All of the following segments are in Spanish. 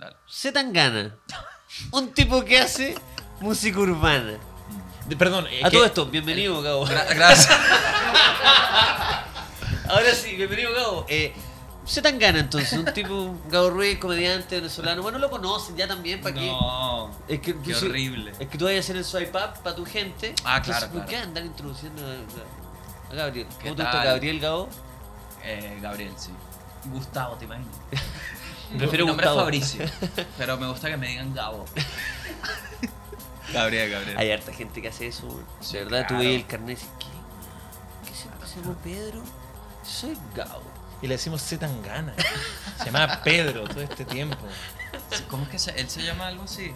Dale. C. Tangana. Un tipo que hace música urbana. De- perdón, eh, A que- todo esto, bienvenido, Gabo. Gra- gracias. Ahora sí, bienvenido, Gabo. Eh, C. Tangana, entonces, un tipo, Gabo Ruiz, comediante venezolano. Bueno, lo conocen ya también, ¿para qué? No. Es que, Qué sí, horrible. Es que tú vas a hacer el swipe up para tu gente. Ah, Entonces, claro, ¿Por qué claro. andar introduciendo a, a Gabriel? ¿Cómo te ¿Qué gusta tal? Gabriel Gabo? Eh, Gabriel, sí. Gustavo, te imagino. Prefiero Mi nombre es Gustavo. Fabricio, pero me gusta que me digan Gabo. Gabriel, Gabriel. Hay harta gente que hace eso, weón. Sí, De verdad, tú claro. veis el carnet y dices, ¿qué? ¿Qué se- se llama Pedro? Soy Gabo. Y le decimos C. Tangana. Se llamaba Pedro todo este tiempo. ¿Cómo es que se- él se llama algo así?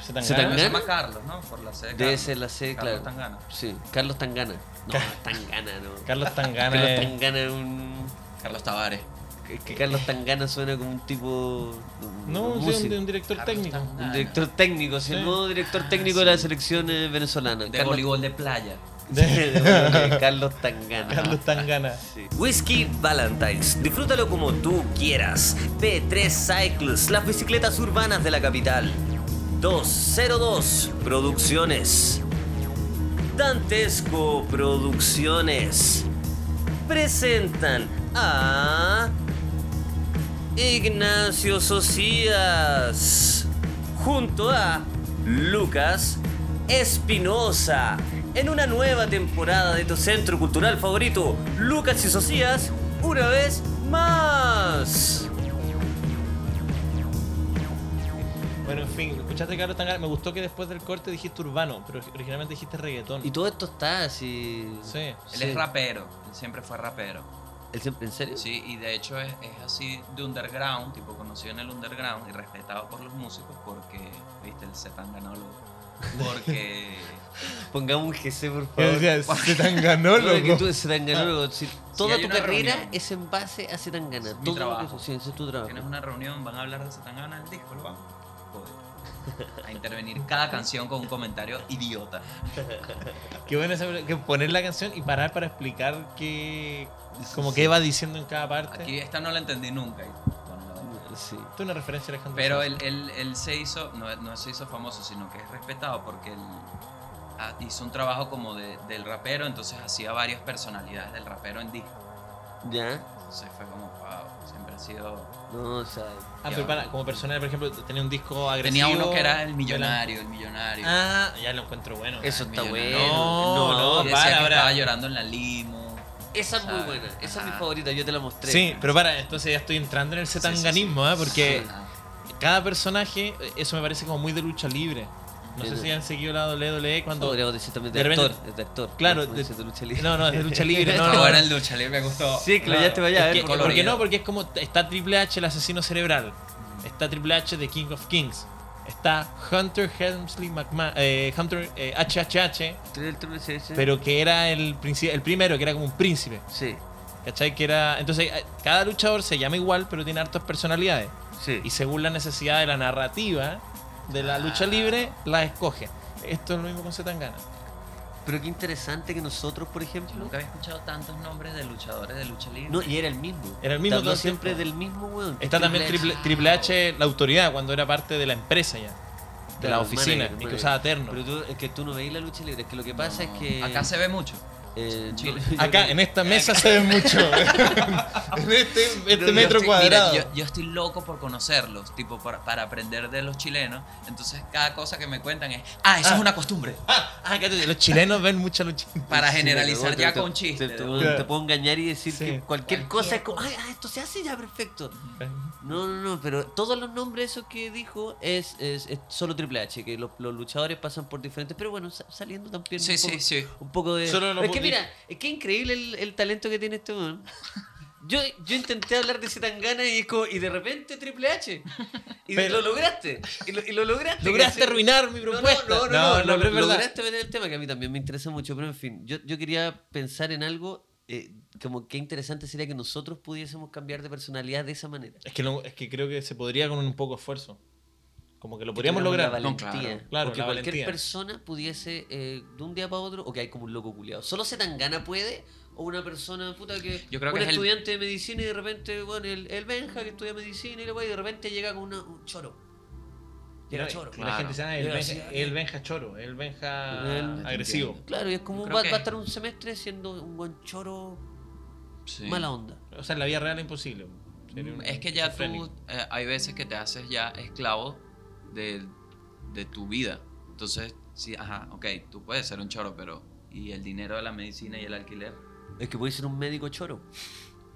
C. Tangana. C. Tangana. Se llama Carlos, ¿no? Por la C. de Debe Carlos. ser la C, Carlos claro. Tangana. Sí, Carlos Tangana. No, Tangana, no. Carlos Tangana. Carlos es- Tangana es un. Carlos Tavares. Es que Carlos Tangana suena como un tipo. un- No, un sí, músico. un, un director Carlos técnico. Tangana. Un director técnico, sí, Sí. Ah, el nuevo director técnico de la selección eh, venezolana. De Carlos- voleibol de playa. de Carlos Tangana. Ah. Carlos Tangana. Whisky Valentine's. Disfrútalo como tú quieras. P3 Cycles, las bicicletas urbanas de la capital. 202 Producciones. Dantesco Producciones. Presentan a Ignacio Socias junto a Lucas Espinosa en una nueva temporada de tu centro cultural favorito, Lucas y Socias, una vez más. Bueno, en fin, escuchaste Carlos Tangana. Me gustó que después del corte dijiste urbano, pero originalmente dijiste reggaetón. Y todo esto está así. Sí. Él Sí. es rapero. Él siempre fue rapero. ¿El siempre- ¿En serio? Sí, y de hecho es, es así de underground, tipo conocido en el underground y respetado por los músicos porque, viste, el setanganólogo. Porque. Pongamos un GC, por O favor. sea, C. Tangana, Todo lo que loco. tú de Zetangana, si toda Ah. hay tu una carrera reunión. es en base a Zetangana. Es mi todo Lo trabajo. que, sí, ese es tu trabajo. Tienes una reunión, van a hablar de Zetangana en el disco, lo vamos. Joder. A intervenir cada canción con un comentario idiota. Qué bueno esa- que poner la canción y parar para explicar qué. Como qué va diciendo en cada parte. Aquí esta no la entendí nunca. y, bueno, la verdad. Sí. Esto es una referencia a Alejandro Pero Sanz. él, él- él se hizo, no, no se hizo famoso, sino que es respetado porque él ah, hizo un trabajo como de- del rapero, entonces hacía varias personalidades del rapero en disco. ¿Ya? Entonces fue como, wow, siempre ha sido... No, o sea. Ah, pero para, como persona, por ejemplo, tenía un disco agresivo. Tenía uno que era el millonario, el millonario. Ah, ya lo encuentro bueno. Eso el está millonario. bueno. No, Y decía para, que ahora- estaba llorando en la limo. Esa es muy ¿Sabes? buena. Esa es mi Ajá. favorita. Yo te la mostré. Sí, pero para, entonces ya estoy entrando en el setanganismo, ¿eh? Porque Ajá. cada personaje, eh, eso me parece como muy de lucha libre. No sé Sí. si han seguido la WWE cuando. Podríamos decir también de, de repente- actor. Es de actor. Claro, No, de- es de lucha libre. No, no, es de lucha libre. No, no, Ahora el lucha libre me gustó. Sí, claro, ya te vaya a Es ver. que- por color- favor. porque no, porque es como está Triple H el asesino cerebral, está Triple H de King of Kings, está Hunter Helmsley McMahon, eh, Hunter eh, HHH, ¿Tú eres el triple C, sí? pero que era el princi- el primero, que era como un príncipe, Sí, ¿cachai? Que era, entonces eh, cada luchador se llama igual, pero tiene hartas personalidades sí. y según la necesidad de la narrativa de la lucha Ah. libre la escoge. Esto es lo mismo con Zetangana. Pero qué interesante que nosotros, por ejemplo. Nunca había escuchado tantos nombres de luchadores de lucha libre. No, y era el mismo. Era el mismo Te habló todo el siempre tiempo. del mismo weón. que Está también H. Triple, Triple H, la autoridad, cuando era parte de la empresa ya, de Claro, la el oficina, manager, el y que manager. usaba terno. Pero tú, es que tú no veis la lucha libre. Es que lo que pasa es que. Acá se ve mucho. eh, Chile. yo- yo- Acá, en esta mesa se ve mucho. en este, este Yo metro estoy- cuadrado. mira, yo, yo estoy loco por conocerlos, tipo para, para aprender de los chilenos. Entonces cada cosa que me cuentan es, ah, eso es una costumbre. Ah, que los chilenos ven mucha lucha. Para Sí, generalizar te- ya te- con chistes. Te, te- de- te puedo engañar y decir Sí. que cualquier cosa es como. Ay, ah, esto se hace ya perfecto. No, no, no, pero todos los nombres esos que dijo es, es, es solo Triple H, que los, los luchadores pasan por diferentes, pero bueno, sa- saliendo también Sí, un, sí, poco, sí. un poco de... Solo lo es que public- mira, es que es increíble el, el talento que tiene este weón. Yo, yo intenté hablar de Zetangana y es como, y de repente Triple H. Y Pero- lo lograste. Y lo, y lo lograste. Lograste que- arruinar mi no, no, propuesta. No, no, no, No, no, lo- pero es verdad. lograste meter el tema que a mí también me interesa mucho, pero en fin, yo, yo quería pensar en algo eh, como qué interesante sería que nosotros pudiésemos cambiar de personalidad de esa manera. Es que, no- es que creo que se podría con un poco de esfuerzo. Como que lo podríamos Tenemos lograr. La No, valentía. claro. Claro, o que la cualquier valentía. persona pudiese eh, de un día para otro, o que hay como un loco culiado. Solo se tan gana puede, o una persona, puta, que. Yo creo que un es el- estudiante de medicina y de repente, bueno, el, el Benja que estudia medicina y la weá, y de repente llega con una- un choro. Llega choro. La gente dice, ah, el, Llega Benja, así, el Benja choro, el Benja El- agresivo. Claro, y es como Yo un- creo va, que- va a estar un semestre siendo un buen choro Sí. mala onda. O sea, en la vida real es imposible. Sería un Mm, Es que ya tú, esquizofrénico. eh, hay veces que te haces ya esclavo de, de tu vida. Entonces, sí, ajá, ok, tú puedes ser un choro, pero ¿y el dinero de la medicina y el alquiler? Es que puede ser un médico choro.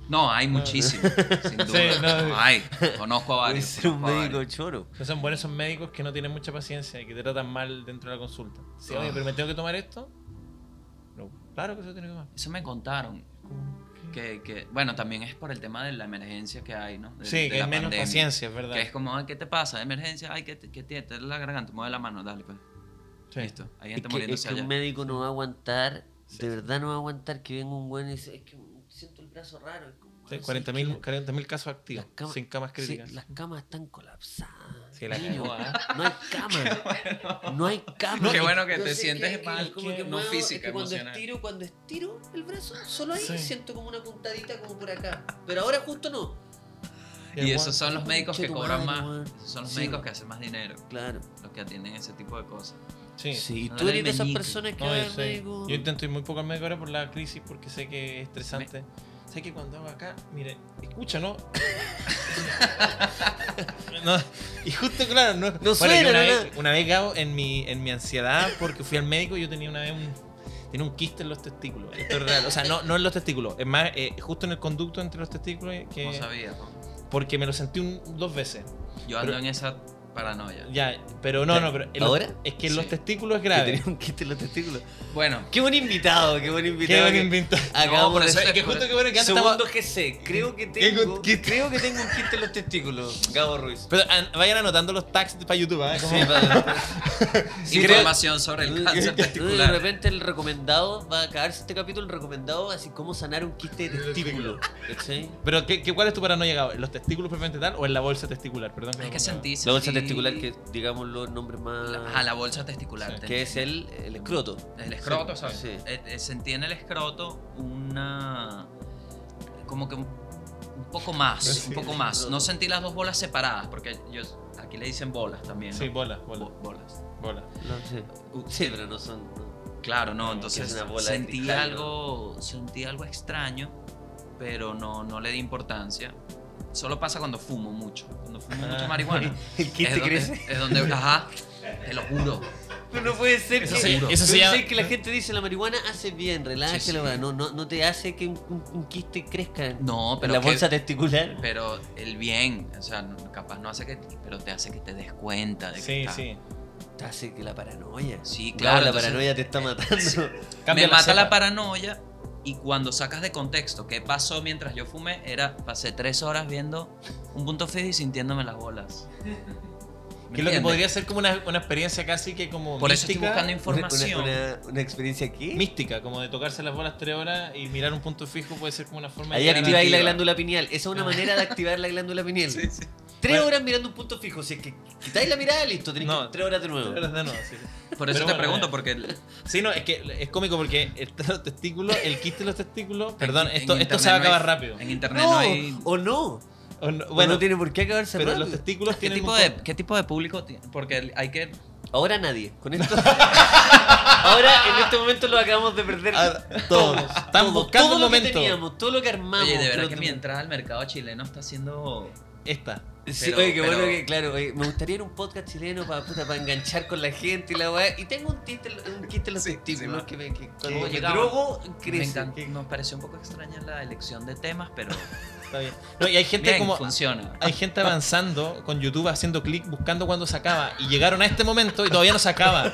No, hay muchísimos, sin duda. no, sí. hay, conozco a Puede varios. ser un conozco a varios. médico choro. No son buenos esos médicos que no tienen mucha paciencia y que te tratan mal dentro de la consulta. Sí, Ah. oye, pero me tengo que tomar esto. No, claro que se lo tiene que tomar. Eso me contaron. Que, que, bueno, también es por el tema de la emergencia que hay, ¿no? De- Sí, de que la hay menos pandemia. paciencia, es verdad. Que es como, ay, ¿qué te pasa? ¿Emergencia? Ay, ¿qué, te- qué tiene? Te duele la garganta, mueve la mano, dale, pues. Sí. Listo. Hay Es gente que, es muriéndose que allá. un médico no va a aguantar, de verdad no va a aguantar que venga un buen y dice, es que siento el brazo raro. es como, Sí, "Bueno, 40.000 ¿sabes qué? 40.000 casos activos, Las camas- sin camas sí, críticas. las camas están colapsadas. Sí, la niño. cagó, ¿ah? no hay cama. No hay cama. Qué bueno que te Entonces, sientes mal, como que no muevo, física, es que cuando emocional. estiro, cuando estiro el brazo, solo ahí Sí. siento como una puntadita como por acá. Pero ahora justo no. Y esos son los médicos que Conche tu cobran madre, más. weón. Esos son los Sí. médicos que hacen más dinero. Claro. Los que atienden ese tipo de cosas. Sí. Sí, y No tú le eres de esas meñique. personas que No, va yo, al soy- médico. yo intento ir muy poco al médico ahora por la crisis porque sé que es estresante. Sé que cuando hago acá, mire, escucha, ¿no? No, y justo, claro, no, No bueno, yo suena, una, no, vez, una vez, Gabo, en mi, en mi ansiedad, porque fui al médico, yo tenía una vez un, tenía un quiste en los testículos. Esto es real. O sea, no, no en los testículos, es más, eh, justo en el conducto entre los testículos, que, No sabía. po. porque me lo sentí un- dos veces. Yo ando Pero- en esa paranoia. Ya, pero no, no, pero. en los- ¿Ahora? es que en Sí. los testículos es que grave. tenía un quiste en los testículos. Bueno, Qué buen invitado, qué buen Qué invitado. buen que- invento. Acabamos No, por de eso ser. es Que justo que bueno que antes Segundo estaba- GC, creo que ¿Qué tengo. qué- Creo que tengo un quiste en los testículos, Gabo Ruiz. Pero an- vayan anotando los tags para YouTube, ¿eh? Como- información sobre el cáncer De testicular. repente el recomendado va a caerse este capítulo, el recomendado, así como sanar un quiste de testículo. ¿Cachai? Pero ¿qué, qué, ¿cuál es tu paranoia, Gabo? ¿En los testículos propiamente tal o en la bolsa testicular? Perdón. Hay no que ponga- sentir. La bolsa sentir- testicular, que digamos los nombres más. La- Ajá, la bolsa testicular. Sí. te- que es el, el escroto. El escroto, Sí, ¿sabes? sí. Eh, eh, sentí en el escroto una. como que un, un poco más, un poco más. No sentí las dos bolas separadas, porque yo, aquí le dicen bolas también. ¿no? Sí, bola, bola, Bo- bolas. bola. No sé. Uh, Sí, pero no son. no. Claro, no, Como que entonces Eh, es una bola de sentí cristal, ¿no? algo, sentí algo extraño, pero no, no le di importancia. Solo pasa cuando fumo mucho, cuando fumo Ah. mucha marihuana. El es, quiste donde, crece. es donde, ajá, te lo juro. Pero no puede ser Eso que, sí, eso se Pero llama- sé que la gente dice la marihuana hace bien, relájate Sí, sí. la weá, No, no, no te hace que un, un- un quiste crezca en No, pero la que- bolsa testicular. pero el bien, o sea, no- capaz no hace que, pero te hace que te des cuenta de que Sí, está. sí. Te hace que la paranoia. Sí, No, claro, la entonces- eh, paranoia te está matando. Cambia me mata cepa. la paranoia y cuando sacas de contexto qué pasó mientras yo fumé, era pasé tres horas viendo un punto fijo y sintiéndome las bolas. ¿Me Que es lo que entiendes? podría ser como una, una experiencia casi que como Por eso mística. estoy Una, buscando información. una- una experiencia aquí. Mística, como de tocarse las bolas tres horas y mirar un punto fijo puede ser como una forma Ahí de... llegar activa a- ahí la glándula pineal. Esa es Ah. una manera de activar la glándula pineal. Tres Bueno. horas mirando un punto fijo. Si es que quitáis la mirada, listo. Tenéis No. que- tres horas de nuevo. Tres horas de nuevo, sí. Por eso te Pero bueno, pregunto, eh. porque Sí, no, es que es cómico porque el, los testículos, el quiste de los testículos... en Perdón, esto, esto internet se va a no hay- acabar rápido. en internet no, No, hay... o no. O no- O no tiene por qué acabarse Pero rápido. los testículos ¿Qué tienen tipo, un de, poco- ¿Qué tipo de público tiene? Porque hay que... Ahora nadie. Con esto. Ahora, en este momento lo acabamos de perder. Ah, todos. Están Todo, buscando todo un lo que momento. teníamos, todo lo que armamos. Oye, de verdad lo que mi entrada al mercado chileno está siendo... Esta. Sí, Pero- oye, qué pero- bueno que, claro, oye, me gustaría ir a un podcast chileno para para enganchar con la gente y la weá. Y tengo un quiste, un quiste en los testículos sí, que, me, que cuando Que me llegaba. drogo Me crece. encanta- Nos pareció un poco extraña la elección de temas, pero Está bien. No, y hay gente bien, pues. como. funciona. Hay gente avanzando con YouTube haciendo clic, buscando cuándo se acaba. Y llegaron a este momento y todavía no se acaba.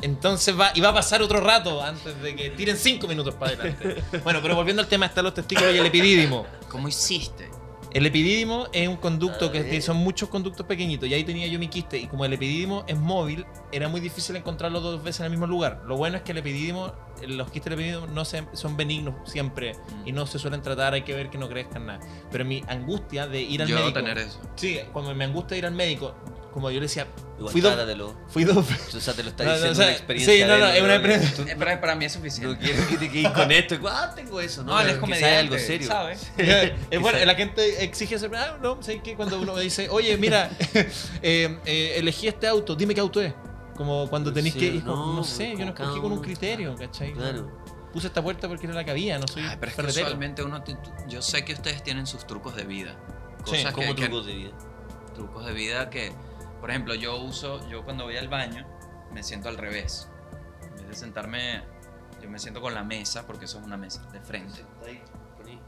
Entonces va, y va a pasar otro rato antes de que tiren cinco minutos para adelante. Bueno, pero volviendo al tema, están los testículos y el epidídimo. ¿Cómo hiciste? El epidídimo es un A conducto que ver. son muchos conductos pequeñitos. Y ahí tenía yo mi quiste. Y como el epidídimo es móvil, era muy difícil encontrarlo dos veces en el mismo lugar. Lo bueno es que el epidídimo, los quistes del epidídimo no se- son benignos siempre. Mm. Y no se suelen tratar, hay que ver que no crezcan nada. Pero mi angustia de ir al Yo médico. tener eso. Sí, cuando me angustia ir al médico, Como yo le decía, Igual fui, do- trátalo. fui dos O sea, te lo está No, no, diciendo o sea, una experiencia. sí, no, de no, él, es una weón. experiencia. Tú- Eh, Para, para mí es No suficiente. quiero que te quedes con esto. Ah, tengo eso. No, No, él es Quizá comediante. algo serio. ¿sabes? Eh, eh, bueno, la gente exige ese. Ah, no, sé que cuando uno dice, oye, mira, eh, eh, elegí este auto, dime qué auto es. Como cuando tenéis Sí, que. hijo, no, no, sé, yo no como escogí cada con un uno. criterio, ¿cachai? Claro. Puse esta puerta porque era la que había, no soy Ay, pero es que ferretero. usualmente uno. te- yo sé que ustedes tienen sus trucos de vida. Sí, Cosas que- Como que, trucos de vida. trucos de vida que, por ejemplo, yo uso, yo cuando voy al baño me siento al revés. En vez de sentarme, yo me siento con la mesa, porque eso es una mesa, de frente.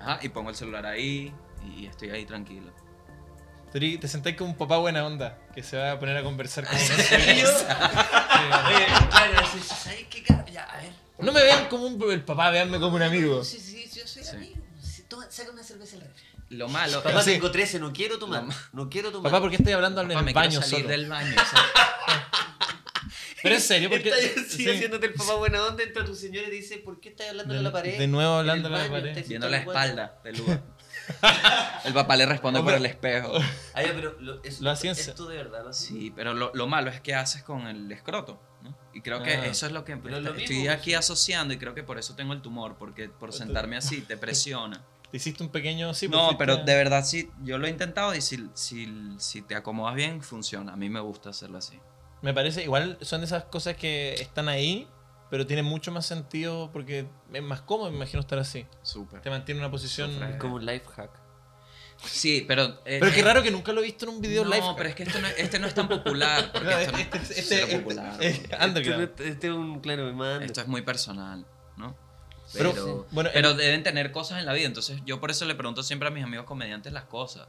Ajá, y pongo el celular ahí y estoy ahí tranquilo. Te, te sentáis con un papá buena onda que se va a poner a conversar con uno. Oye, claro, sí, sí, ¿sabes qué? cara? Ya, a ver. No me vean como un el papá, veanme como un amigo. Sí, sí, yo soy Sí. amigo. Si toma- saca una cerveza al refri. Lo malo Papá, es sí. tengo 13, no quiero tomar. No quiero tomar. Papá, ¿por qué estoy hablando papá, en me el quiero baño salir solo? del baño. o sea, Pero en serio, porque. Estás sí. así, haciéndote el papá buena onda, entra tu señora y dice, ¿por qué estás hablando a la De- pared? de nuevo En hablando el a la baño, pared. estás viendo la sentado igual. espalda del lugar. El papá le responde por el espejo. Ah, ya, pero lo, es, Lo hacían se- esto de verdad lo hacían. Sí, pero lo, lo malo es que haces con el escroto. ¿no? Y creo que Ah. eso es lo que Pero es lo estoy mismo, Pues aquí asociando y creo que por eso tengo el tumor, porque por sentarme así te presiona. Te hiciste un pequeño. Sí, No, porque pero fuiste- de verdad sí, yo lo he intentado y si, si, si te acomodas bien, funciona. A mí me gusta hacerlo así. Me parece, igual son de esas cosas que están ahí, pero tiene mucho más sentido porque es más cómodo, me imagino, estar así. Súper. Te mantiene en una posición. Sufra. Como un life hack. Sí, pero... eh, Pero qué eh, raro que nunca lo he visto en un video no, live. pero es que esto no, este no es tan popular. porque No, esto no- este- este- esto no es este- popular. eh, underground. Este, este es un, claro, me manda. Esto es muy personal, ¿no? Pero, Pero, bueno, pero deben tener cosas en la vida. Entonces, yo por eso le pregunto siempre a mis amigos comediantes las cosas.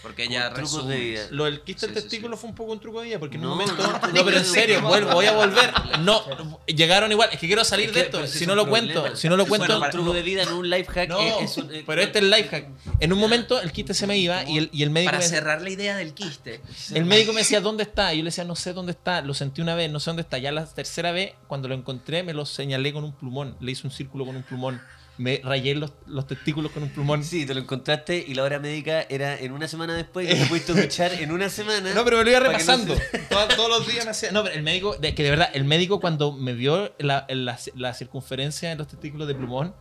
Porque Como ya trucos resumen. de vida. Lo del quiste del Sí, sí, testículo sí. fue un poco un truco de día, porque en No, un momento. no, No, no, pero en no, serio, no, vuelvo, no, voy a no, volver. No, llegaron igual. Es que quiero salir Es de que, esto. pero ese Si es no un lo problema. cuento, si no lo Bueno, cuento. un truco de vida, en un life hack. No, es- es un- es- pero este es el life hack. En un momento el quiste se me iba y el, y el médico. Para me- cerrar la idea del quiste. El médico me decía, ¿dónde está? Y yo le decía, no sé dónde está. Lo sentí una vez, no sé dónde está. Ya la tercera vez, cuando lo encontré, me lo señalé con un plumón. Le hice un círculo con un plumón. Me rayé los, los testículos con un plumón. Sí, te lo encontraste y la hora médica era en una semana después y te pudiste duchar en una semana. No, pero me lo iba Para que no repasando. Todo- Todos, los días me hacía. No, pero el médico, de, que de verdad, el médico cuando me vio la, la- la circunferencia de los testículos de plumón,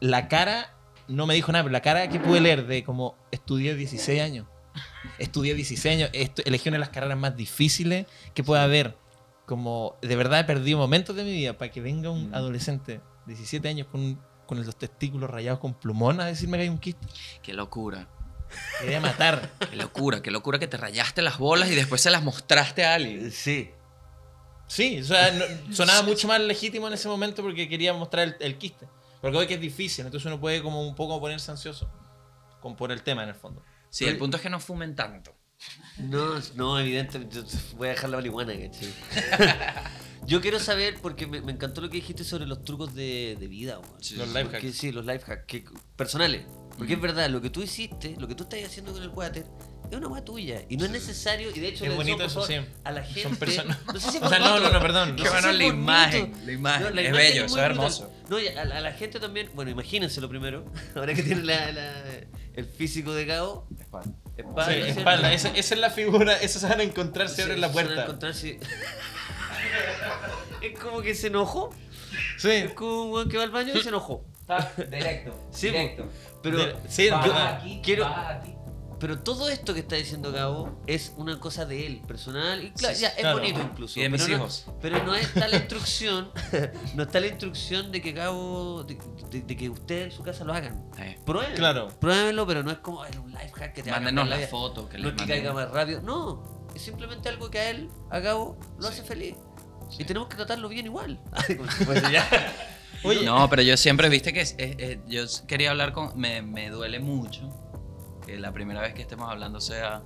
la cara, no me dijo nada, pero la cara que pude leer de como estudié 16 años. Estudié 16 años, esto- elegí una de las carreras más difíciles que pueda haber. Como de verdad he perdido momentos de mi vida para que venga un Mm. adolescente, 17 años, con, con los testículos rayados con plumón a decirme que hay un quiste. Qué locura. Quería matar. Qué locura, qué locura que te rayaste las bolas y después se las mostraste a alguien. Eh, Sí. Sí, o sea, no- sonaba mucho más legítimo en ese momento porque quería mostrar el, el quiste. Porque hoy que es difícil, entonces uno puede como un poco ponerse ansioso con por el tema en el fondo. Sí, el punto es que no fumen tanto. No, no, evidentemente. yo Voy a dejar la marihuana, ¿cachai? Yo quiero saber, porque me, me encantó lo que dijiste sobre los trucos de, de vida, weón. Sí, Los sí, life Porque hacks. sí, los life hacks que- personales. Porque Mm. es verdad, lo que tú hiciste, lo que tú estás haciendo con el water, es una weá tuya. Y no es necesario. Y de hecho, Es le bonito decimos, por eso, favor, sí. a la Son gente. personas- No sé si es O sea, no, bonito. no, no, perdón. No Qué sé si bueno es la bonito. imagen, la imagen. No, la es imagen bello, muy eso es brutal. hermoso. No, y a, a la gente también. Bueno, imagínenselo primero. Ahora que tiene la- la- el físico de Gao. Espalda. Sí, ¿cierto? espalda, esa, esa es la figura, esa se van a encontrar si abren la Se van a puerta. encontrar si- es como que se enojó. Sí, Es como un weón que va al baño y se enojó. Directo. Sí, directo. Pero, de- sí, Va yo- aquí, quiero- va pero todo esto que está diciendo Gabo es una cosa de él, personal. Y claro, Sí, ya, es claro. bonito incluso. Y de pero, mis no, hijos. pero no está la instrucción. no está la instrucción de que Gabo. de, de- de que ustedes en su casa lo hagan. Eh, Prueben. Claro. Pruébenlo, pero no es como "Ay, un life hack que te va a mándenos cambiar la vida". foto que No les es que mandé. caiga más rápido. No. Es simplemente algo que a él, a Gabo, lo hace feliz. Y tenemos que tratarlo bien igual. Como si fuese ya. Oye, No, pero yo siempre, viste que es- es- es- yo quería hablar con... Me, me duele mucho que la primera vez que estemos hablando sea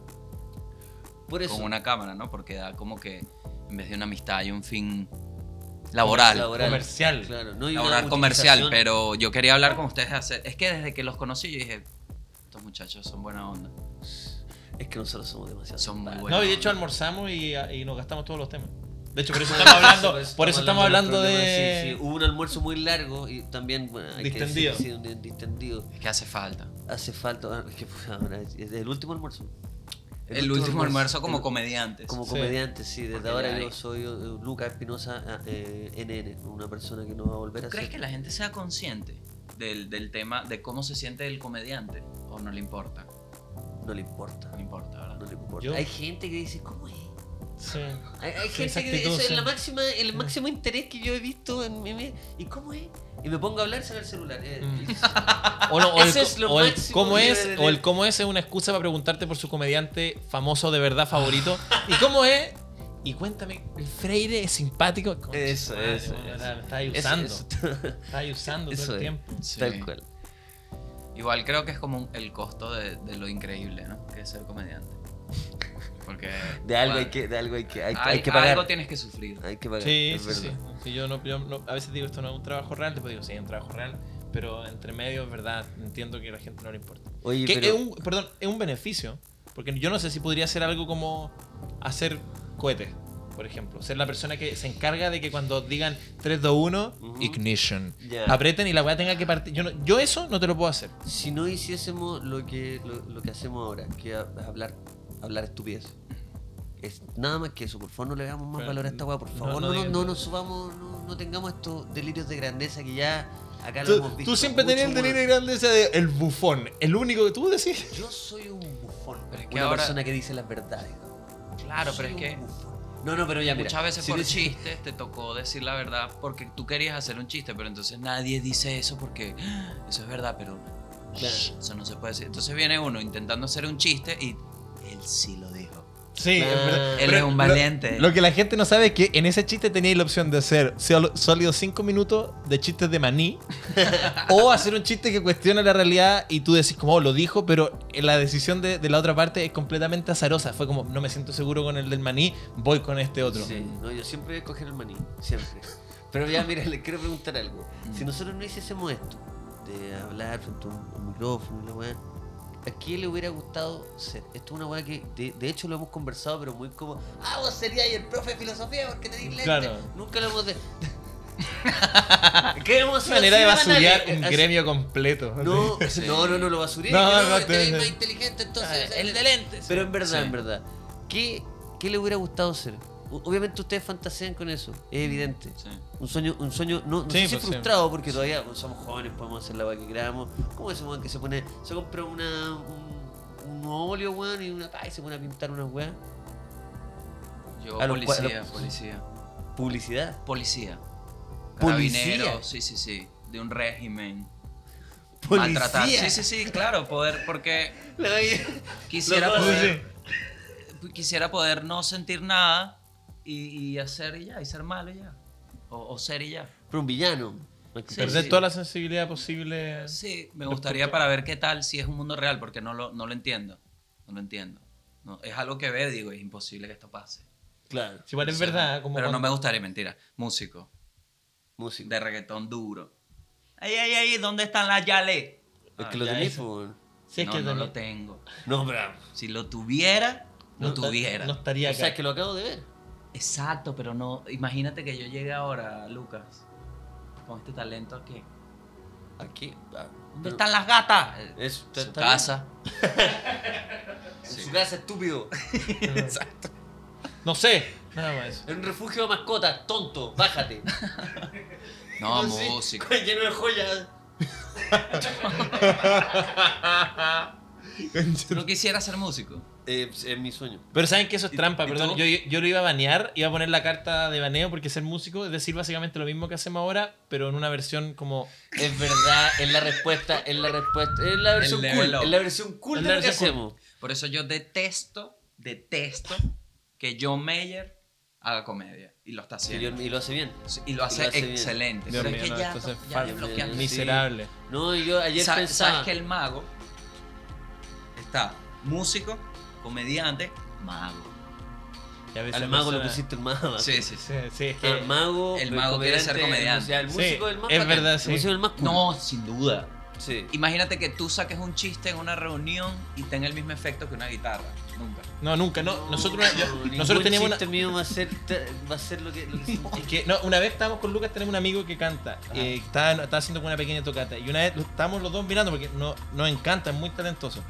Por eso. con una cámara, ¿no? Porque da como que en vez de una amistad hay un fin laboral, laboral, comercial. Claro, no hay una comercial, utilización. pero yo quería hablar con ustedes. hace- Es que desde que los conocí yo dije, estos muchachos son buena onda. Es que nosotros somos demasiado. Son muy simpáticos. buenos. No, y de hecho almorzamos y, y nos gastamos todos los temas. De hecho, por eso estamos hablando, por eso estamos hablando de los problemas. Sí, de... sí, Hubo un almuerzo muy largo y también. bueno, hay que decir, Distendido. sí, un distendido. Es que hace falta. Hace falta. ah, Es que pues, ahora es es el último almuerzo. El, último almuerzo como comediantes. Como Sí. comediante, sí. Desde Porque ahora ya yo hay- soy Lucas Espinosa eh, NN, una persona que no va a volver a ¿Tú ser. crees que la gente sea consciente del, del tema de cómo se siente el comediante? ¿O no le importa? No le importa. No le importa, No ¿verdad? le importa. Yo- Hay gente que dice, ¿cómo es? Sí. Hay, hay Sí, gente esa que actitud, eso es sí. la máxima, el máximo interés que yo he visto en mi vida. ¿Y cómo es? Y me pongo a hablar y saca el celular. eh, Mm. es- O, no, o el, Ese es lo o el máximo cómo que es, debe de o leer. el cómo es es una excusa para preguntarte por su comediante famoso de verdad favorito. ¿Y cómo es? Y cuéntame, ¿el Freire es simpático? Concha, Eso, madre, eso, bueno, eso. la- Está ahí Eso- usando. eso- Está ahí usando eso todo es. el tiempo. Sí. Tal cual. Igual creo que es como un- el costo de, de lo increíble, ¿no? Que es ser comediante. Porque. De algo bueno, hay que, de algo hay que, hay, al- hay que pagar. Algo tienes que sufrir. Hay que pagar. Sí, es sí, sí. verdad. Sí, yo, no, yo no- a veces digo esto no es un trabajo real, después digo sí, es un trabajo real, pero entre medio es verdad, entiendo que a la gente no le importa. Oye, Que pero es un, perdón, es un beneficio, porque yo no sé si podría ser algo como hacer cohetes, por ejemplo, ser la persona que se encarga de que cuando digan 3, 2, 1, Ujú. ignition, Ya. aprieten y la weá tenga que partir. Yo, no- yo eso no te lo puedo hacer. si no hiciésemos lo que, lo, lo que hacemos ahora, que ha- es hablar, hablar estupidez. Es nada más que eso, por favor no le damos más Pero, valor a esta weá, por no, favor. no No, no, digas- no nos subamos, no, no tengamos estos delirios de grandeza que ya acá lo Tú, hemos visto. tú siempre tenías el mucho, delirio weón. grande ese de el bufón, el único que tú decís. Yo soy un bufón, Pero es que una ahora- persona que dice las verdades. Claro, pero Soy es un que. bufón. No, no, pero ya mira, Muchas veces si por decís- chistes te tocó decir la verdad porque tú querías hacer un chiste, pero entonces nadie dice eso porque "Ah, eso es verdad, pero shh, eso no se puede decir. Entonces viene uno intentando hacer un chiste y él sí lo dijo. Sí, Claro. es verdad. Él Pero es un lo- valiente. Lo, que la gente no sabe es que en ese chiste teníais la opción de hacer sol- sólidos 5 minutos de chistes de maní o hacer un chiste que cuestiona la realidad y tú decís como, "Oh, lo dijo, pero la decisión de, de la otra parte es completamente azarosa. Fue como, no me siento seguro con el del maní, voy con este otro. Sí, no, yo siempre voy a coger el maní, siempre. Pero ya, mira, les quiero preguntar algo. Mm. Si nosotros no hiciésemos esto, de hablar frente a un, un micrófono y la weá, ¿a quién le hubiera gustado ser? Esto es una weá que, de, de hecho, lo hemos conversado, pero muy como, ah, vos serías el profe de filosofía porque tenés lentes. Claro. Nunca lo hemos de... ¿Qué hemos Es una manera de basurear un Así- gremio completo. No, Sí. no, no, no lo basuré. No, No, no, no, este te- es te- más inteligente, entonces. Ah, el de lentes. Pero en verdad, Sí. en verdad. ¿qué, ¿Qué le hubiera gustado ser? O- Obviamente ustedes fantasean con eso, es evidente. Sí. Un sueño, un sueño, no, no Sí, sé si pues, sí. frustrado, porque todavía somos jóvenes, podemos hacer la weá que queramos. ¿Cómo ese weón que se pone, se compra una, un, un óleo, weón, y una pa, y se pone a pintar una weá? Yo, A los cua- policía, a los- policía. Publicidad. Policía. ¿Policía? Carabinero, sí, sí, sí. De un régimen. Maltratar. Policía. Sí, sí, sí, claro, poder, porque La weá- quisiera Los dos, poder. Quisiera poder no sentir nada y, y hacer y ya, y ser malo y ya. O, o ser y ya. Pero un villano. Sí, Perder sí. toda la sensibilidad posible. Sí, me gustaría para ver qué tal si es un mundo real, porque no lo, no lo entiendo. No lo entiendo. No, es algo que ve, digo, es imposible que esto pase. Claro. Si igual es O sea, verdad, como pero no cuando- me gustaría, mentira. Músico, Música. de reggaetón duro. Ay, ay, ay, ¿dónde están las yale? Es que lo ya, tenéis, eso. po, weón. Sí, es no, que no también- lo tengo. No, bravo. Si lo tuviera, lo no- tuviera. No estaría O acá. sea, es que lo acabo de ver. Exacto, pero no. Imagínate que yo llegue ahora, Lucas, con este talento aquí. Aquí. ah, ¿Dónde pero- están las gatas? Es- En está- su está bien. casa. En su casa, estúpido. Exacto. No sé. Nada más eso. En un refugio de mascotas, tonto. Bájate. No, Sí, músico. con- Lleno de joyas. ¿Tú no quisieras ser músico? Eh, es mi sueño. Pero saben que eso es ¿Y- trampa, y perdón. tú? Yo, yo lo iba a banear, iba a poner la carta de baneo porque ser músico es decir básicamente lo mismo que hacemos ahora, pero en una versión como. Es verdad, es la respuesta, es la respuesta. Es la versión level cool. up. Es la versión cool Es de la lo que versión hacemos. Por eso yo detesto, detesto que John Mayer haga comedia. Y lo está Sí, haciendo. y lo hace bien. Sí, Y lo hace, hace bien. excelente. Dios Pero mío, es que no, ya, esto es ya me falso. bloqueaste. Sí. Miserable. No, y yo ayer Sa- pensaba. ¿Sabes que el mago está músico, comediante, mago? Y a veces Al mago persona- le pusiste el mago. Sí, sí, sí. Sí, sí, es que. El mago. El mago quiere ser comediante. O sea, el Sí, músico del más es bacán, verdad, el sí. músico del más cool. No, sin duda. Sí. Imagínate que tú saques un chiste en una reunión y tenga el mismo efecto que una guitarra. Nunca. No, nunca. No, nosotros, yo- Ningún nosotros teníamos una. chiste mío va a ser, va a ser lo que. Lo que Es que no, una vez estábamos con Lucas, tenemos un amigo que canta. eh, estaba, estaba Mm. haciendo como una pequeña tocata. Y una vez lo- estábamos los dos mirando porque no, nos encanta, es muy talentoso.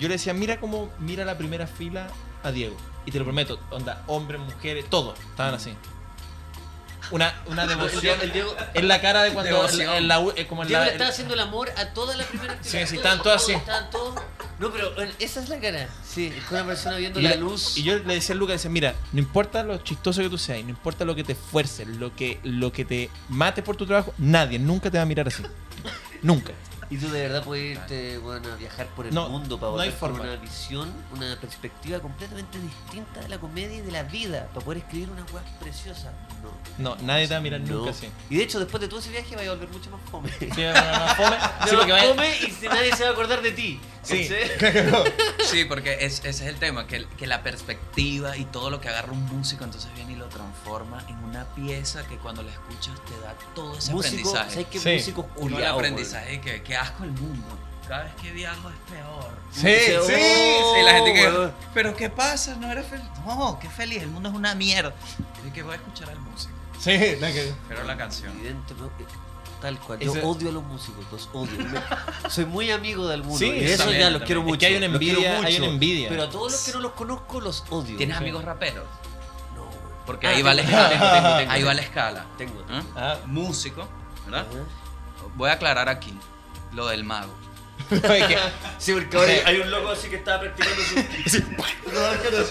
yo le decía, mira cómo mira la primera fila a Diego. Y te lo prometo, onda, hombres, mujeres, todos estaban así. Una, una El devoción. Diego, el Diego- Es la cara de cuando. Devoción. en la u- eh, como en Diego la- le estaba haciendo el amor a toda la primera fila. Sí, sí, Todos, estaban todos, todas así. Estaban todos. No, pero bueno, esa es la cara. Sí, es con una persona viendo y, la yo- luz. y yo le decía a Lucas, decía, mira, no importa lo chistoso que tú seas, y no importa lo que te esfuerces, lo que, lo que te mates por tu trabajo, nadie nunca te va a mirar así. nunca. Y tú de verdad puedes irte bueno, a viajar por el No, mundo para no hay volver con forma. una visión, una perspectiva completamente distinta de la comedia y de la vida, para poder escribir una web preciosa. No. No, nadie te va a mirar No. nunca así. Y de hecho, después de todo ese viaje, vas a volver mucho más fome. Sí, bueno, más fome. Sí, Sí, porque va- come y si nadie se va a acordar de ti. Sí. ¿cachai? Sí, porque es- ese es el tema, que, que la perspectiva y todo lo que agarra un músico entonces viene y lo transforma en una pieza que cuando la escuchas te da todo ese Músico, aprendizaje. ¿sabes qué Sí. músicos Uno el culiados? aprendizaje que, que asco el mundo. Cada vez que viajo es peor. Sí, sí, Oh, Sí, la gente que... weón. Pero ¿qué pasa? No eres feliz. Oh, No, qué feliz. El mundo es una mierda. Y que voy a escuchar al músico. sí, la que- Pero la canción. Evidente, ¿no? Eh, Tal cual. Yo Ese- odio a los músicos, los odio. Me- Soy muy amigo de algunos. Sí, y de eso también, ya los también. quiero Es mucho. que hay una los quiero envidia, hay mucho. una envidia. Pero a todos los que no los conozco los odio. ¿Tienes Sí. amigos raperos? No, Porque Ah, ahí va la tengo, escala. tengo, tengo, tengo, Ahí tengo. va la escala. Tengo. ¿Ah? ¿Ah? Ah, Músico, ¿verdad? Voy a aclarar aquí lo del mago. es que- Sí, porque ahora hay un loco así que estaba practicando su.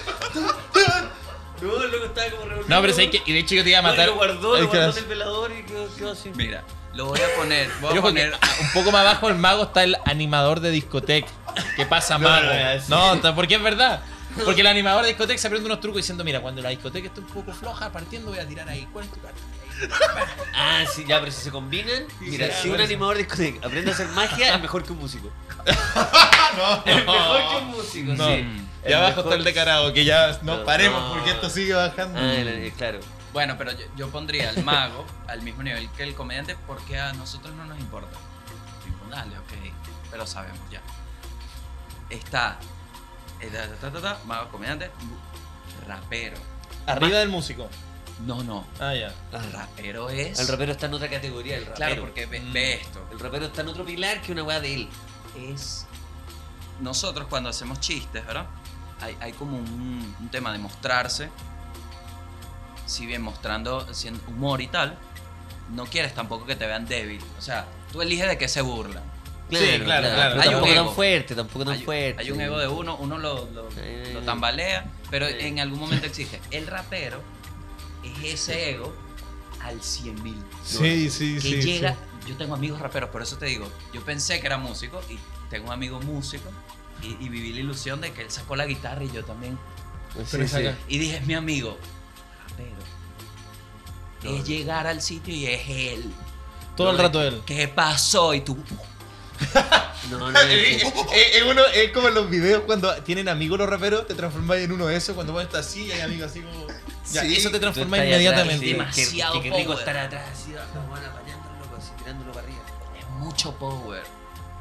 no, el loco estaba como revolviendo. No, pero sé que. Y de hecho yo te iba a matar. Lo guardó, lo Es que- guardó en el velador y quedó, quedó así. Mira, lo voy a poner. Voy Pero a ojo que poner. un poco más abajo el mago está el animador de discoteca. Que pasa No, mago. no, no, sí. No, está- porque es verdad. Porque el animador de discoteca se aprende unos trucos diciendo, mira, cuando la discoteca esté un poco floja, partiendo voy a tirar ahí. ¿Cuál es tu carta? Ah, sí, ya, pero si se combinan. Mira, sí, si ya, un bueno. animador de discoteca aprende a hacer magia, es mejor que un músico. Es mejor que un músico, No. sí. Y abajo está el de karaoke, ya no No, paremos no. porque esto sigue bajando. Ah, el- eh, claro. Bueno, pero yo, yo pondría al mago al mismo nivel que el comediante porque a nosotros no nos importa. Tipo, dale, ok. Pero sabemos ya. Está. eh, ta, ta, ta, ta, mago, comediante, rapero. Arriba del músico. No, no. Ah, ya. El rapero es. El rapero Mm. está en otra categoría, el rapero. Claro, porque ve, ve esto. El rapero está en otro pilar que una weá de él. es nosotros cuando hacemos chistes, ¿verdad? Hay, hay como un, un tema de mostrarse, si bien mostrando siendo humor y tal, no quieres tampoco que te vean débil. O sea, tú eliges de qué se burlan. claro, claro. Pero Hay un tampoco tan ego. fuerte, tampoco tan hay, fuerte. hay un ego de uno, uno lo, lo- Sí. lo tambalea, pero Sí. en algún momento existe. El rapero es ese ego al 100 mil. Sí, sí, que sí, llega, yo tengo amigos raperos, por eso te digo, yo pensé que era músico y tengo un amigo músico y, y viví la ilusión de que él sacó la guitarra y yo también. Sí, sí. Y dije, es mi amigo, rapero. No, es no. llegar al sitio y es él. Todo el Lo de, rato él. ¿Qué pasó? Y tú, No, no, es eh, que- es como en los videos cuando tienen amigos los raperos, te transformas en uno de esos, cuando vos estás así y hay amigos así como... Ya, Sí. eso te transforma Tú estás ahí inmediatamente. atrás, sí, Demasiado que- que- que rico power. estar atrás, así, abajo, bueno, apañando al loco, así, tirándolo para arriba. es mucho power.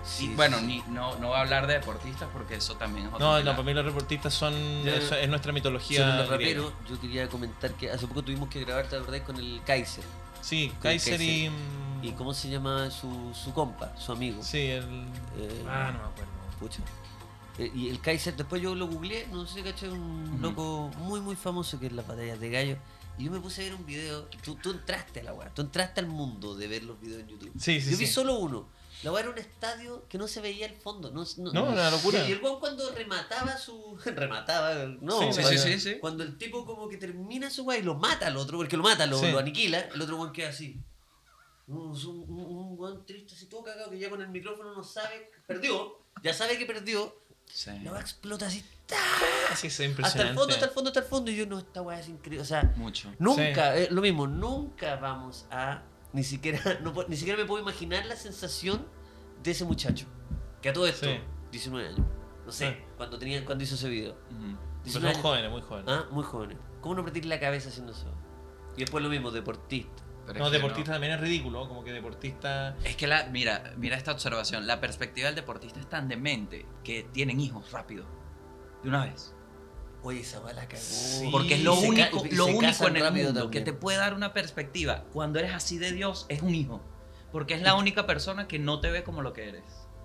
Sí, y bueno, sí. ni- no, no voy a hablar de deportistas porque eso también es otro No, no, tema. para mí los reportistas son. Ya. eso es nuestra mitología. Sobre los griega. raperos, yo quería comentar que hace poco tuvimos que grabar, ¿te acordás? Con el Kaiser. Sí, Kaiser y. mm, ¿Y cómo se llama su, su compa, su amigo? Sí, el. Eh, Ah, no me acuerdo. Pucha. Eh, Y el Kaiser, después yo lo googleé, no sé si caché, un Ujú. loco muy, muy famoso que es las batallas de gallo. Y yo me puse a ver un video. Tú, tú entraste a la weá, tú entraste al mundo de ver los videos en YouTube. Sí, sí, yo vi sí. solo uno. La weá era un estadio que no se veía el fondo. No, no, No, una locura. Y el weón cuando remataba su. remataba, no. Sí, sí, cuando- sí, sí, sí. Cuando el tipo como que termina su weá y lo mata al otro, porque lo mata, lo, Sí. lo aniquila, el otro weón queda así. Un, un, un weón triste, así todo cagado, que ya con el micrófono no sabe, perdió, ya sabe que perdió, Sí. la weá explota así, Sí, sí, hasta impresionante. el fondo, hasta el fondo, hasta el fondo, y yo no, esta weá es increíble, o sea, Mucho. nunca, eh, lo mismo, nunca vamos a, ni siquiera, no po- ni siquiera me puedo imaginar la sensación de ese muchacho, que a todo esto, Sí. 19 años, no sé, Sí. cuando, tenía, cuando hizo ese video, Ujú. Pero 19 son años. jóvenes, muy jóvenes. Ah, muy jóvenes, ¿cómo no partir la cabeza haciendo eso? Y después lo mismo, deportista. Pero no, es que deportista también es ridículo, como que deportista. Es que la, mira, mira esta observación. La perspectiva del deportista es tan demente que tienen hijos rápido. De una vez. Oye, esa bala cagó. Sí, Porque es Y lo se ca- único, lo único en el mundo que te puede dar una perspectiva cuando eres así de Dios es un hijo. Porque es la única persona que no te ve como lo que eres.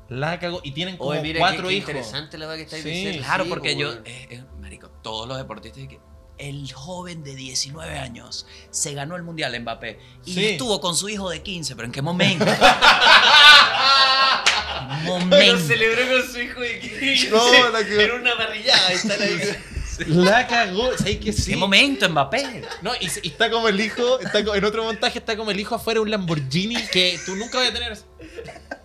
La cagó. Y tienen como Oye, mira, cuatro qué, qué hijos. interesante la weá que estáis Sí, diciendo. Claro, Sí, porque po, yo, weón. eh, eh, marico, todos los deportistas que el joven de 19 años se ganó el mundial Mbappé y Sí. estuvo con su hijo de 15, pero ¿en qué momento? momento. Lo celebró con su hijo de 15. No, la que- Era una barrillada. Están ahí. La cagó. ¿Sabes qué? ¿En Sí. qué momento Mbappé? No, y, y está como el hijo, está co- en otro montaje está como el hijo afuera de un Lamborghini que tú nunca vas a tener.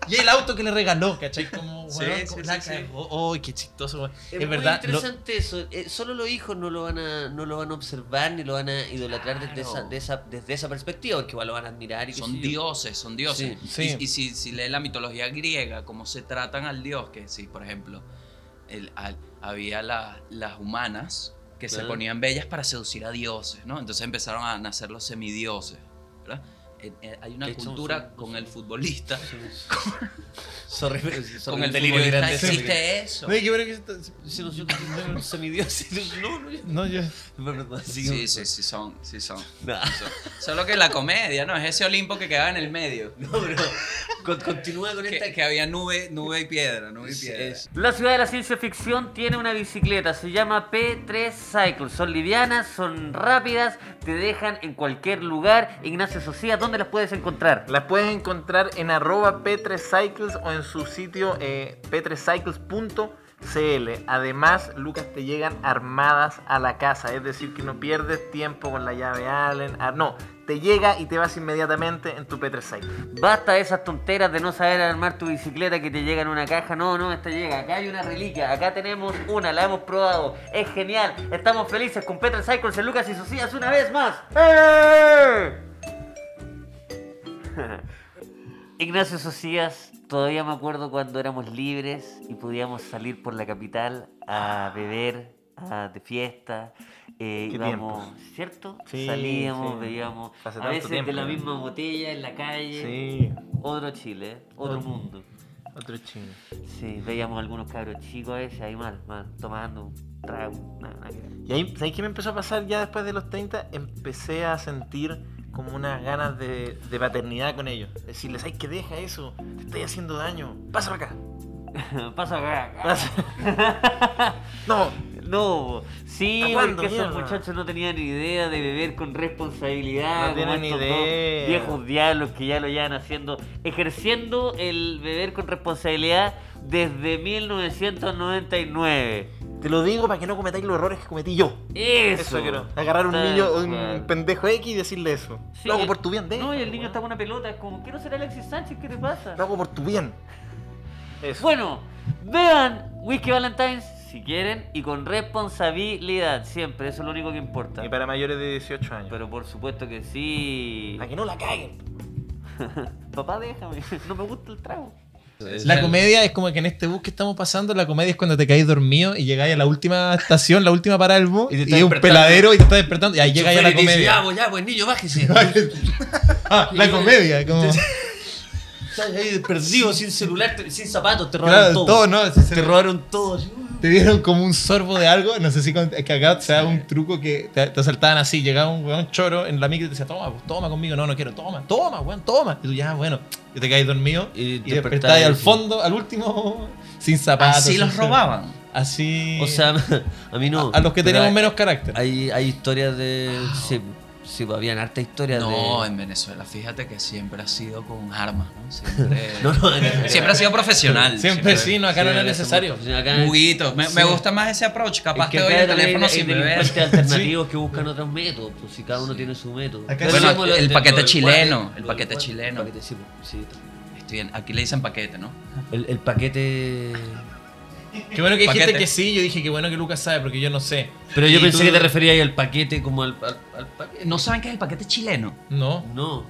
Y el auto que le regaló, ¿cachai? Como, Sí, weón, sí, como sí, la sí. cagó. Uy, qué chistoso, weón. Es, Es, muy verdad. lo- interesante eso. Eh, solo los hijos no lo van a, no lo van a observar ni lo van a idolatrar desde, Claro. esa, de esa- desde esa perspectiva, porque igual lo van a admirar y qué sé Son yo. dioses, son dioses. Sí, sí. Y, y si, si lees la mitología griega, cómo se tratan al dios, que sí, por ejemplo, el- al- había la- las humanas que se Claro. ponían bellas para seducir a dioses, ¿no? Entonces empezaron a nacer los semidioses, ¿verdad? Eh, eh, hay una De hecho, cultura son- con el futbolista, Sorry, pero sí, sorry, con el fue muy futbolista grande. existe eso. No, y qué bueno que se- Sí, no, yo- no, semidioses, no, no, yo- No, yo. Perdón, Sí, sí, sí son, sí son. son. Solo que la comedia, ¿no? Es ese Olimpo que quedaba en el medio. No, pero con- continúa con esta Que, que había nube, nube y piedra, nube y piedra. Es- La ciudad de la ciencia ficción tiene una bicicleta, se llama P3 Cycle. Son livianas, son rápidas, te dejan en cualquier lugar. Ignacio Socia, ¿dónde las puedes encontrar? Las puedes encontrar en arroba p3cycles o en su sitio eh, p3cycles.cl. Además, Lucas, te llegan armadas a la casa, es decir, que no pierdes tiempo con la llave Allen. ah, no, te llega y te vas inmediatamente en tu p3cycles. Basta de esas tonteras de no saber armar tu bicicleta que te llega en una caja. No, no, esta llega. Acá hay una reliquia, acá tenemos una, la hemos probado. Es genial, estamos felices con P3 Cycles en Lucas y Socias una vez más. ¡Eh! Ignacio Socias, todavía me acuerdo cuando éramos libres y podíamos salir por la capital a beber, a, de fiesta. Eh, Qué íbamos, ¿cierto? Sí, Salíamos, sí. bebíamos. Hace A tanto veces tiempo, de la ¿no? misma botella en la calle. Sí, Otro Chile, otro mundo. otro chingo. Sí, veíamos algunos cabros chicos a veces ahí mal, mal, tomando un trago. nada, nada que ver. Y ahí, ¿sabéis qué me empezó a pasar ya después de los 30? Empecé a sentir como unas ganas de, de paternidad con ellos. Decirles, ay, que deja eso, te estoy haciendo daño, pásalo acá. Pasa acá. pasa". no, No, sí, ¿Hasta cuándo, porque esos mierda? muchachos no tenían ni idea de beber con responsabilidad. como No tienen estos ni dos idea. Viejos diablos que ya lo llevan haciendo, ejerciendo el beber con responsabilidad desde 1999. Te lo digo para que no cometáis los errores que cometí yo. Eso, Eso quiero. Agarrar un Tal niño, un cual. pendejo X y decirle eso. Sí, lo hago el- por tu bien, deja, No, y el weón. niño está con una pelota, es como, quiero ser Alexis Sánchez, ¿qué te pasa? Lo hago por tu bien. pues, Eso. Bueno, vean Whisky Valentine's si quieren y con responsabilidad, siempre, eso es lo único que importa. Y para mayores de 18 años. Pero por supuesto que sí. Para que no la caguen. Papá, déjame, no me gusta el trago. La comedia es como que en este bus que estamos pasando, la comedia es cuando te caes dormido y llegáis a la última estación, la última parada del bus, Y te y, estás es un despertando. peladero y te estás despertando. Y ahí llega ya la Chofer y dice, Ya, comedia. pues, ya, pues, niño, bájese. Ah, la comedia, como. Estás ahí perdido, sin celular, te- sin zapatos, te robaron Claro, todo. todo, ¿no? Se- se- Te robaron todo. así, Te dieron como un sorbo de algo, no sé si con- que acá se da un truco que te, te asaltaban así, llegaba un weón choro en la micro y te decía, toma, pues, toma conmigo, no, no quiero, toma, toma, weón, toma. Y tú ya, bueno, y te caes dormido Y y, despertáis despertáis al así. fondo, al último, sin zapatos. Así sin los cero. robaban. Así. O sea, a mí no. a los que pero tenemos hay- menos carácter. Hay, hay historias de. Sí, sí, pues, habían harta historia de. No, en Venezuela, fíjate que siempre ha sido con armas, ¿no? Siempre, No, no, en- siempre ha sido profesional. Siempre sí, no, acá no Sí, era somos necesario. profesionales. Acá- Juguitos. Me, me Sí. gusta más ese approach. Capaz Es que te doy acá el también teléfono hay- hay sin delincuentes beber. alternativos que buscan otros métodos, pues si cada uno tiene su método. Acá Pero Bueno, sí, pues, lo- el lo- paquete lo del chileno, guate, el lo paquete del guate, chileno. el paquete, sí, pues, sí. Estoy en- aquí le dicen paquete, ¿no? El, el paquete. Qué bueno que dijiste Paquete. que sí, yo dije que bueno que Lucas sabe, porque yo no sé. Pero Y yo pensé tú- que te referías al paquete como al, al, al paquete. ¿No saben qué es el paquete chileno? No, No.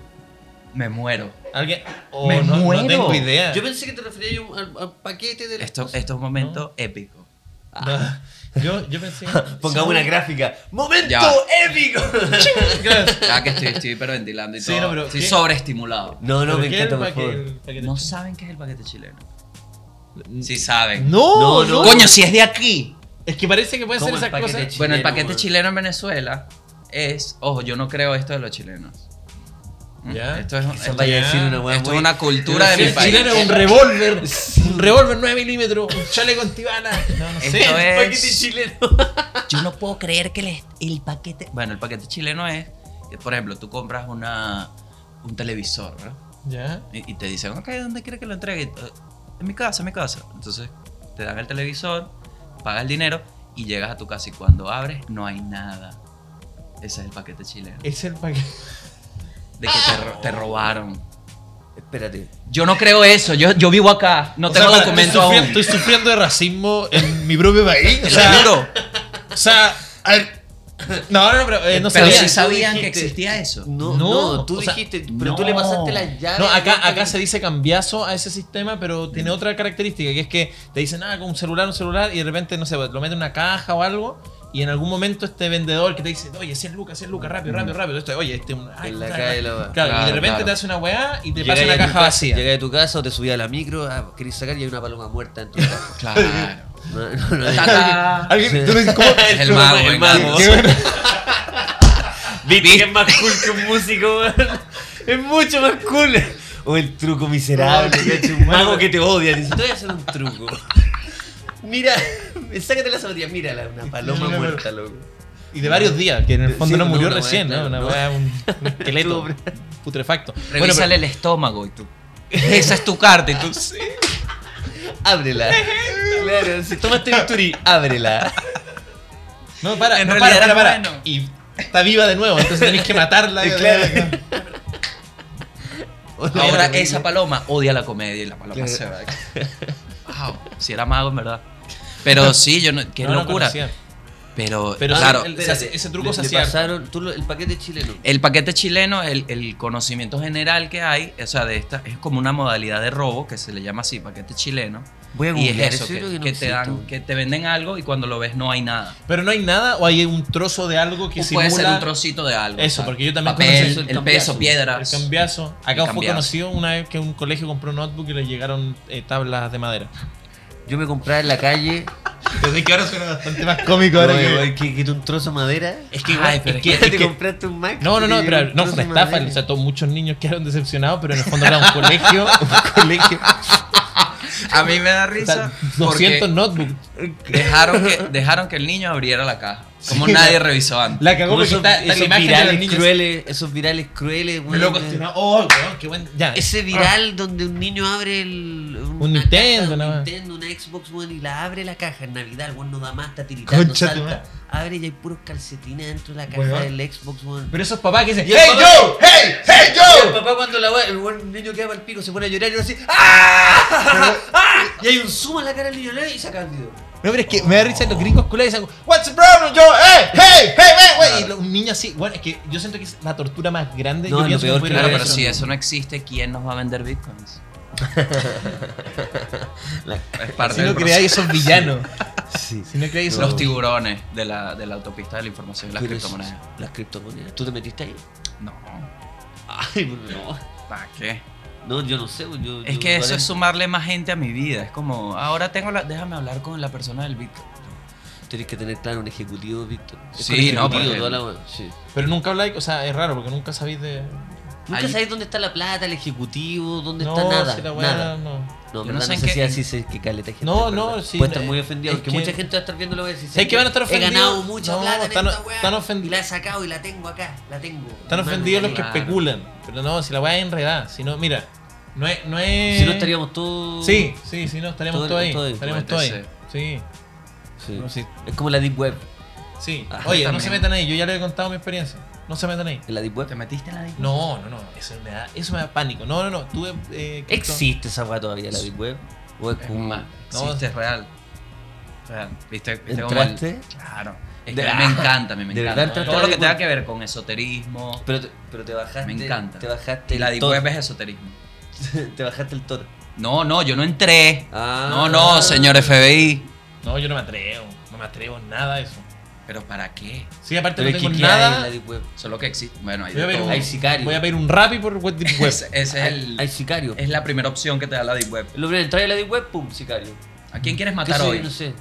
Me muero. alguien. o Me no, no muero. tengo idea. Yo pensé que te referías a un- al, al paquete del. Esto, esto es un momento épico. No, yo, yo pensé. Pongamos una gráfica. ¡Momento Ya. épico! Gracias. Ya que estoy, estoy hiperventilando y Sí, todo. no, pero estoy ¿qué? sobreestimulado. No, no, Pero me ¿qué es el encanta, por paquete- favor. el paquete? No saben qué es el paquete chileno. Sí saben. No, No, no. Coño, si es de aquí. Es que parece que puede ser ¿Cómo el esas paquete cosas. chileno? Bueno, el paquete weón. chileno en Venezuela es. Ojo, yo no creo esto de los chilenos. ¿Mm? Ya. Esto es, Eso esto- vaya a Ya. decir una esto hueá es muy. una cultura de Si mi el país. chileno es un revólver. un revólver 9 milímetros, un chaleco antibala. No, no sé. Esto es- Paquete chileno. Yo no puedo creer que el, el paquete. Bueno, el paquete chileno es. que, Por ejemplo, tú compras una, un televisor, ¿no? Ya. Y, y te dicen, ok, ¿dónde quieres que lo entregue? Y, "Eh, En mi casa, en mi casa. Entonces te dan el televisor, pagas el dinero y llegas a tu casa. Y cuando abres, no hay nada. Ese es el paquete chileno. Es el paquete. De que te, ro- te robaron. Espérate. Yo no creo eso. Yo, yo vivo acá. No O sea, tengo para, documento estoy, sufri- aún. estoy sufriendo de racismo en mi propio país. O sea, Seguro. o sea, a ver. No, no, no, pero eh, no Pero sabía. sí sabían que dijiste- existía eso. No, No, no, tú o sea, dijiste, pero tú le no. pasaste las llaves. No, al acá, banco acá que- se dice cambiazo a ese sistema, pero tiene otra característica, que es que te dicen, ah, con un celular, un celular, y de repente, no sé, lo meten en una caja o algo, y en algún momento este vendedor que te dice, oye, 100 lucas, 100 lucas, rápido, rápido, rápido, esto, oye, este... Un, ay, En la está- calle lo va. Claro, y de Claro, repente claro. te hace una weá y te Llegáis pasa a una tu caja casa- vacía. Llegáis a tu casa o te subías a la micro, ah, querés sacar y hay una paloma muerta en tu casa. Claro. No, no, no, Tacá. Alguien, tú le dices, ¿cómo? Es el mago, el mago. ¿Viste que es más cool que un músico, weón? Es mucho más cool. O el truco miserable, cacho, un mago que te odia. Dice, te voy a hacer un truco. Mira, sácate la zapatillas, mírala, una paloma Mírala. muerta, loco. Y de varios días, que en el fondo Sí, no no, murió una weá, recién, ¿no? claro, Una no. weá, un, un esqueleto putrefacto. Bueno, pero- Revísale el estómago y tú. Esa es tu carta y tú. Ábrela. Claro, si tomaste bisturí, ábrela. No, para, En no, realidad para, para, para. era bueno. Y está viva de nuevo, entonces tenés que matarla. claro. Ahora esa paloma odia la comedia y la paloma Claro. se va. de aquí. Wow, si era mago en verdad. Pero sí, yo no, qué No, no locura. conocía. pero, Pero claro, el- Ah, el, Espérate, ese truco le- se le hacía harto. pasaron, tú lo- el paquete chileno. paquete chileno, el, el conocimiento general que hay, o sea, de esta es como una modalidad de robo que se le llama así, paquete chileno. Voy a Y googlear, es eso, eso que, creo que no que te dan, existe. que te venden algo y cuando lo ves no hay nada. Pero no hay nada o hay un trozo de algo que O simula puede ser un trocito de algo. Eso, porque yo también conocí Papel, eso, el el cambiazo. peso, el piedras. cambiazo. Acá El fue cambiazo. conocido una vez que un colegio compró un notebook y le llegaron eh, tablas de madera. Yo me compraba en la calle. Entonces que ahora suena bastante más cómico ahora oye, que- oye, que, que tú un trozo de madera. Es que igual, Ay, pero es que- que- ¿Te es que- compraste un Mac? No, no, no, Y pero no, un fue una trozo de estafa. madera. O sea, todos, muchos niños quedaron decepcionados, pero en el fondo era un colegio. Un colegio. a mí me da O sea, risa. 200 porque- notebooks. Dejaron que, dejaron que el niño abriera la caja. Como Sí, nadie la- revisó antes. La cagó Como porque esos, está, está esos la imagen de los virales niños. crueles, esos virales crueles, Me weón, lo de- cuestionaba. Oh, weón, qué buen. Ya. Ese viral donde un niño abre el, una Nintendo, caja, un nada más. Nintendo, una Xbox One y la abre la caja en Navidad, el weón no da más, está tiritando, Concha tu salta. madre. Abre y hay puros calcetines dentro de la caja Weón. del Xbox One. Pero esos papás que dicen, Y el ¡Hey papá- yo! ¡Hey! ¡Hey Y el yo! papá cuando la va, el buen niño queda para el pico, se pone a llorar y uno así ¡Ah! ¡Ah! Y hay un zoom en la cara del niño y saca el video. No, pero es que me da risa los gringos culeros dicen, ¡What's the problem, yo! ¡Hey! ¡Hey! ¡Hey! ¡Hey! hey! Y lo- un niño así, bueno, es que yo siento que es la tortura más grande No, yo lo pienso peor puede que Claro, haber pero hecho. si eso no existe, ¿quién nos va a vender bitcoins? es parte Si no del creáis esos villanos. Sí. Si no creáis proceso. esos Los tiburones de la, de la autopista de la información y las criptomonedas. Las criptomonedas. ¿Tú te metiste ahí? No, Ay, pues no. ¿para qué? No, yo no sé. pues Yo, Es yo- que eso vale. es sumarle más gente a mi vida. Es como, ahora tengo la. Déjame hablar con la persona del bitcoin. Tienes que tener claro un ejecutivo, Víctor. Es Sí, con ejecutivo, no, porque- toda la wea, sí. Pero nunca habláis, o sea, es raro porque nunca sabéis de. Nunca Ahí- sabéis dónde está la plata, el ejecutivo, dónde no, está nada. si la weá, nada. no. No, en Yo no verdad no sé sé, en si qué- así se que cale esta gente. No, en no, verdad. sí, Puede estar eh, muy ofendido, es porque que- mucha gente va a estar viendo lo que decís. ¿Sabes que van a estar He ganado ofendidos? mucha No, plata en están- esta wea, están ofend- Y la he sacado y la tengo acá, la tengo. Están Mano, ofendidos los que mía. claro. especulan. Pero no, si la weá es enredada. Si no, mira, no es. No es... Si no estaríamos todos. Sí, sí, sí, no, estaríamos Todo- todos ahí. todo ahí, Estaríamos todos puede ahí. Sí. Sí. No, sí. Es como la Deep Web. sí. Ah, Oye, no también. se metan ahí. Yo ya les he contado mi experiencia. No se metan ahí. ¿En la Deep ¿Te Web? metiste en la bitcoin? No, no, no. Eso me da, eso me da pánico. No, no, no. Tuve. eh, cripto- ¿Existe esa wea todavía, la Deep Web? ¿O es Es como- más, No, existe, es real. Real. ¿Viste, viste cómo el- ¿Entraste? Claro. Es De- ah, que a mí me encanta, a mí me ¿De encanta. verdad Todo lo que entraste a la tenga que ver con esoterismo. Pero te, pero te bajaste. Me encanta. Te bajaste. Y la el Deep toro. Web es esoterismo. te bajaste el toro. No, no, yo no entré. Ah. No, no, señor FBI. No, yo no me atrevo. No me atrevo nada a eso. ¿Pero para qué? Sí, aparte Pero no es que tengo ¿qué hay en nada. la Deep Web? Solo que existe. Bueno, hay Voy a de ver todo. un- Hay sicarios. Voy a pedir un rapi por Web Deep Web. Ese, ese es, Hay, el, hay sicarios. es la primera opción que te da la Deep Web. Lo primero, entrar a la Deep Web, pum, sicario. ¿A quién quieres ¿Qué matar sé? hoy? No sé.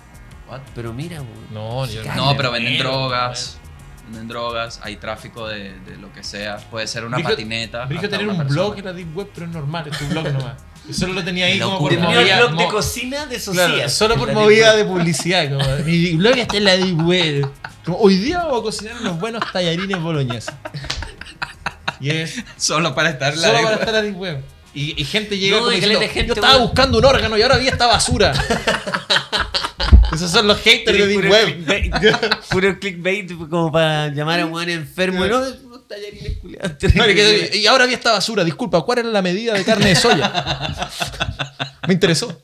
What? Pero mira, weón. No, yo No, me pero venden muero, drogas. Venden drogas, hay tráfico de, de lo que sea. Puede ser una Brico- patineta. Habría que hasta tener una un persona. blog en la Deep Web, pero es normal, es tu blog nomás. Yo solo lo tenía ahí como por Locura. Tenía movida. el blog de mo- cocina de Socias. claro, solo por La movida de- de publicidad. Como, mi blog está en la deep web. Como, hoy día vamos a cocinar unos buenos tallarines boloñeses. Y es Solo para estar en la solo de- para estar en la deep web. Y, y gente llega No, como y diciendo, caleta de gente, yo estaba weón". buscando un órgano y ahora vi esta basura. Esos son los haters de deep Puro web. clickbait, Puro clickbait como para llamar a un buen enfermo. No, unos tallarines culiados. No, y que- y ahora vi esta basura. Disculpa, ¿cuál era la medida de carne de soya? Me interesó.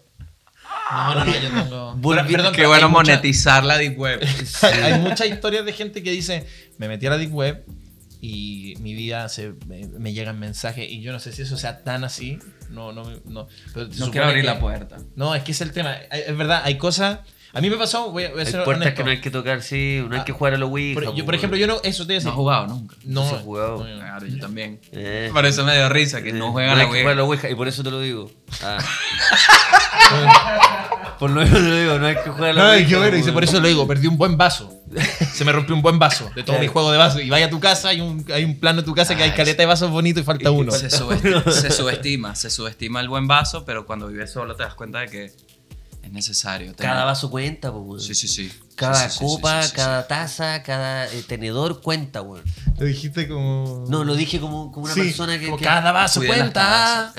No, no, no, yo tengo. Volví- Perdón, Qué pero bueno hay mucha- monetizar la Deep Web. hay muchas historias de gente que dice, me metí a la deep web y mi vida se, me, me llegan mensajes y yo no sé si eso sea tan así. No, no, me- no. pero se No supone quiero abrir que- la puerta. No, es que es el tema. Hay- Es verdad, hay cosas... A mí me pasó, voy a, voy a Hay ser puertas honesto. que no hay que tocar, sí. No hay Ah, que jugar a los Wii. por, yo, por ejemplo, yo no... Eso te No decía. he jugado nunca. No, se ha jugado. no, no. Claro, yo también. Eh. Por eso me dio risa que eh, no juega hay la que jugar a web. la Ouija, y por eso te lo digo. Ah. por lo menos te lo digo, no hay que jugar a la No, Ouija. es que bueno, dice, weón. por eso lo digo, perdí un buen vaso. Se me rompió un buen vaso de todo Claro. mi juego de vaso. Y vaya a tu casa, hay un, hay un plano de tu casa que hay Ah, caleta de vasos bonitos y falta uno. Se subestima, se subestima, se subestima el buen vaso, pero cuando vives solo te das cuenta de que es necesario. tener- Cada vaso cuenta, po, weón. Sí, sí, sí. Cada Sí, sí, sí, copa, sí, sí, sí. cada taza, cada eh, tenedor cuenta, weón. Lo dijiste como... No, lo dije como, como una Sí, persona que. como que- cada vaso cuida las cuenta.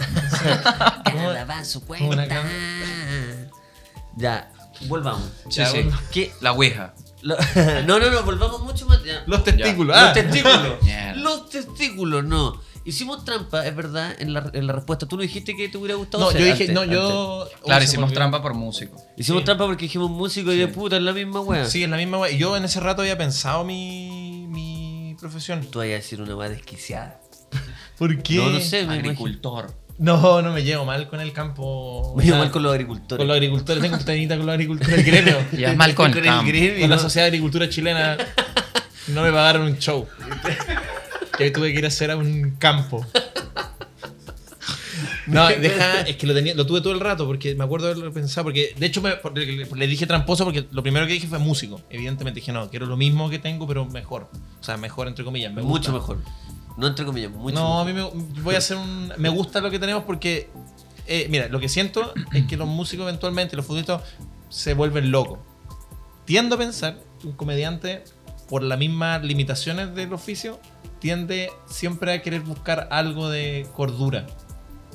cada vaso como una cuenta. Ya, volvamos. Sí, sí. ¿Qué? La Ouija. Lo- no, no, no, volvamos mucho más. ya. Los testículos. Los ah. testículos. Mierda. Los testículos, no. Hicimos trampa, es verdad, en la, en la respuesta. Tú no dijiste que te hubiera gustado No, ser yo dije, antes, no, yo. Uy, Claro, se hicimos me olvidó. trampa por músico. antes. Hicimos Sí. trampa porque dijimos músico y de puta, es la misma wea. Sí, es la misma wea. Yo en ese rato había pensado mi, mi profesión. Tú vas a decir una más desquiciada. ¿Por qué? No, no sé, me imagino. Agricultor. No, no me llevo mal con el campo. Me llevo O sea, mal con los agricultores. con los agricultores. Tengo tenita con los agricultores del gremio. Y es mal con Con el el campo. gremio. con la Sociedad de Agricultura Chilena. No me pagaron un show. Que tuve que ir a hacer a un campo. No, deja, es que lo, tenía, lo tuve todo el rato porque me acuerdo haberlo pensado. Porque de hecho me- por- le, le dije tramposo porque lo primero que dije fue músico. Evidentemente dije, no, quiero lo mismo que tengo, pero mejor. O sea, mejor entre comillas. me gusta. Mucho mejor. No entre comillas, mucho No, a mejor. mí me, voy a hacer un. Me gusta lo que tenemos porque. eh, mira, lo que siento es que los músicos eventualmente, los futbolistas, se vuelven locos. Tiendo a pensar que un comediante, por las mismas limitaciones del oficio, tiende siempre a querer buscar algo de cordura.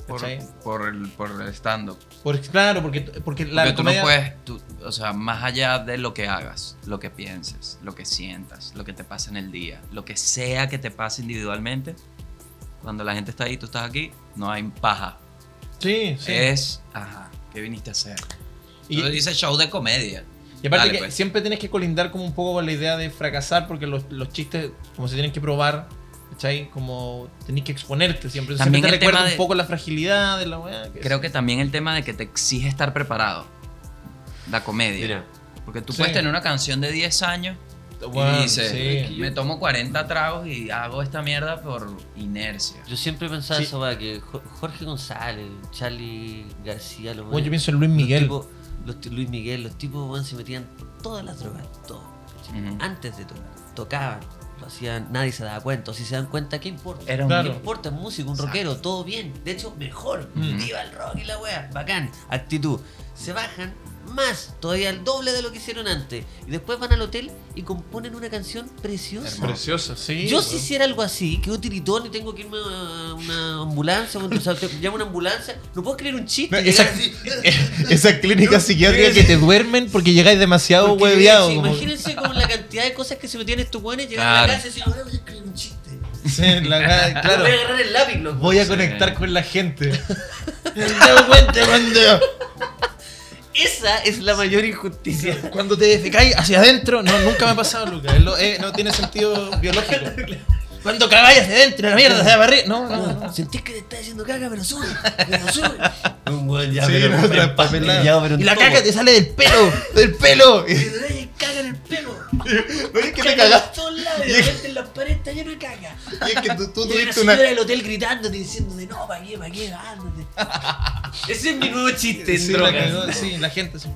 Por, ¿cachai? por el, por el stand-up. Por- claro, porque, porque la Porque tú no comedia- puedes, tú- o sea, más allá de lo que hagas, lo que pienses, lo que sientas, lo que te pasa en el día, lo que sea que te pase individualmente, cuando la gente está ahí, tú estás aquí, no hay paja. Sí, sí. Es, ajá, ¿qué viniste a hacer? Y- Y dices show de comedia. Y aparte Dale, que pues. siempre tienes que colindar como un poco con la idea de fracasar porque los, los chistes como se tienen que probar, ¿cachai? Como tenés que exponerte siempre. Entonces, También siempre te el tema recuerda un de- poco la fragilidad de la weá. Creo que también el tema de que te exige estar preparado. La comedia. Mira, Porque tú Sí. puedes tener una canción de 10 años y dices, me tomo 40 tragos y hago esta mierda por inercia. yo siempre pensaba Sí. eso, va, que Jo- Jorge González, Charlie García, los yo weones- pienso en Luis Miguel. Los tipos- los ti- Luis Miguel, los tipos weón, se metían todas las drogas, todo. ¿cachai? Ujú. Ah, Antes de tocar, tocaban, lo hacían, nadie se daba cuenta. o Si se dan cuenta, ¿qué importa? Era un No Claro. importa, es músico, un Exacto. rockero, todo bien. De hecho, mejor. Mm. Viva el rock y la wea, bacán. Actitud. Se bajan más, todavía el doble de lo que hicieron antes. Y después van al hotel y componen una canción preciosa. Hermoso. Precioso, sí. Yo si hiciera algo así, quedo tiritón y tengo que irme a una ambulancia, o sea, te- llamo a una ambulancia, no puedo escribir un chiste. No, llegar esa- así. Esa clínica psiquiátrica que te duermen porque llegáis demasiado Porque, hueveado. sí, como- Imagínense como la cantidad de cosas que se metían estos güeyes, llegan a la Claro. casa y decían, ahora voy a escribir un chiste. Sí, la- Ahora claro. Voy a agarrar el lápiz, loco. Voy a Sí. conectar con la gente. Me he dado cuenta cuando- Esa es la mayor injusticia. Cuando te defecáis hacia adentro, no, nunca me ha pasado, Lucas. Es lo- eh, no tiene sentido biológico. Cuando cagáis hacia adentro, la mierda, hacia arriba. No, no, no. Sentís que te está diciendo caca, pero sube, pero sube. Un weón ya, Sí, pero, no, pero otra papelada. ya, pero Y la todo. caca te sale del pelo, del pelo. Te doy caca en el pelo. No es que te Caca cagaste. en todos lados, y de repente en las paredes está lleno de caca. Y es que tú, tú Y hay una tuviste señora una. del hotel gritándote, diciéndote, no, pa' qué, pa' qué, ándate. Ese es mi nuevo chiste en Sí, la, drogas. cagó, sí, la gente. sí.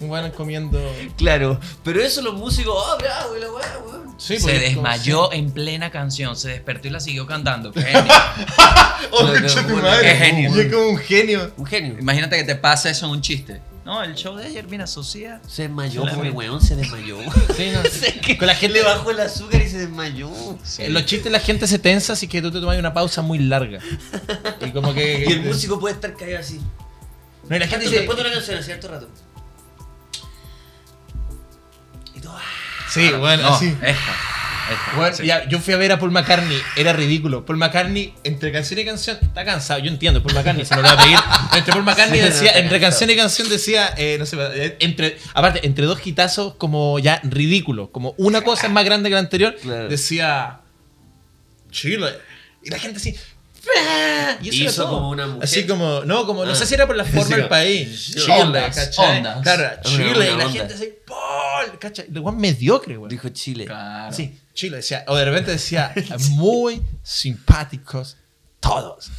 Bueno, comiendo. Claro, pero eso los músicos, ah, bravo, y la weá, weón. Sí, se porque es como- desmayó en plena canción, se despertó y la siguió cantando. Genio. ¡Oh, Pero, concha tu bueno, madre! qué genio. Y es como un genio. Un genio. Imagínate que te pasa eso en un chiste. No, el show de ayer, mira, Socia. Se desmayó, Claro. pobre weón, se desmayó. Sí, no, Sé que Con la gente le bajó el azúcar y se desmayó. En los chistes la gente se tensa, así que tú te tomas una pausa muy larga. Y como que. Y el músico puede estar caído así. No, y la gente Entonces, dice. después de una canción, hace cierto rato. Y todo, ah, Sí, bueno, No, así. esta. esta, Bueno, sí. ya, yo fui a ver a Paul McCartney, era ridículo. Paul McCartney, entre canción y canción, está cansado, yo entiendo, Paul McCartney se lo voy a pedir. Entre Paul McCartney Sí, decía, está cansado. entre canción y canción decía, eh, no sé, eh, entre, aparte, entre dos gitazos como ya ridículo, como una cosa es más grande que la anterior, Claro. decía Chile. Y la gente así. Y eso era Hizo todo. como una mujer. Así como, no, como, no Ah. sé si era por la forma Sí, del como, país. Chile. Ondas, ¿cachai? ondas. Claro, Una- Chile. una y la onda. gente así, Paul, ¿cachai? Lo cual mediocre, güey. dijo Chile. Claro. Sí, Chile decía, o de repente decía, muy simpáticos todos.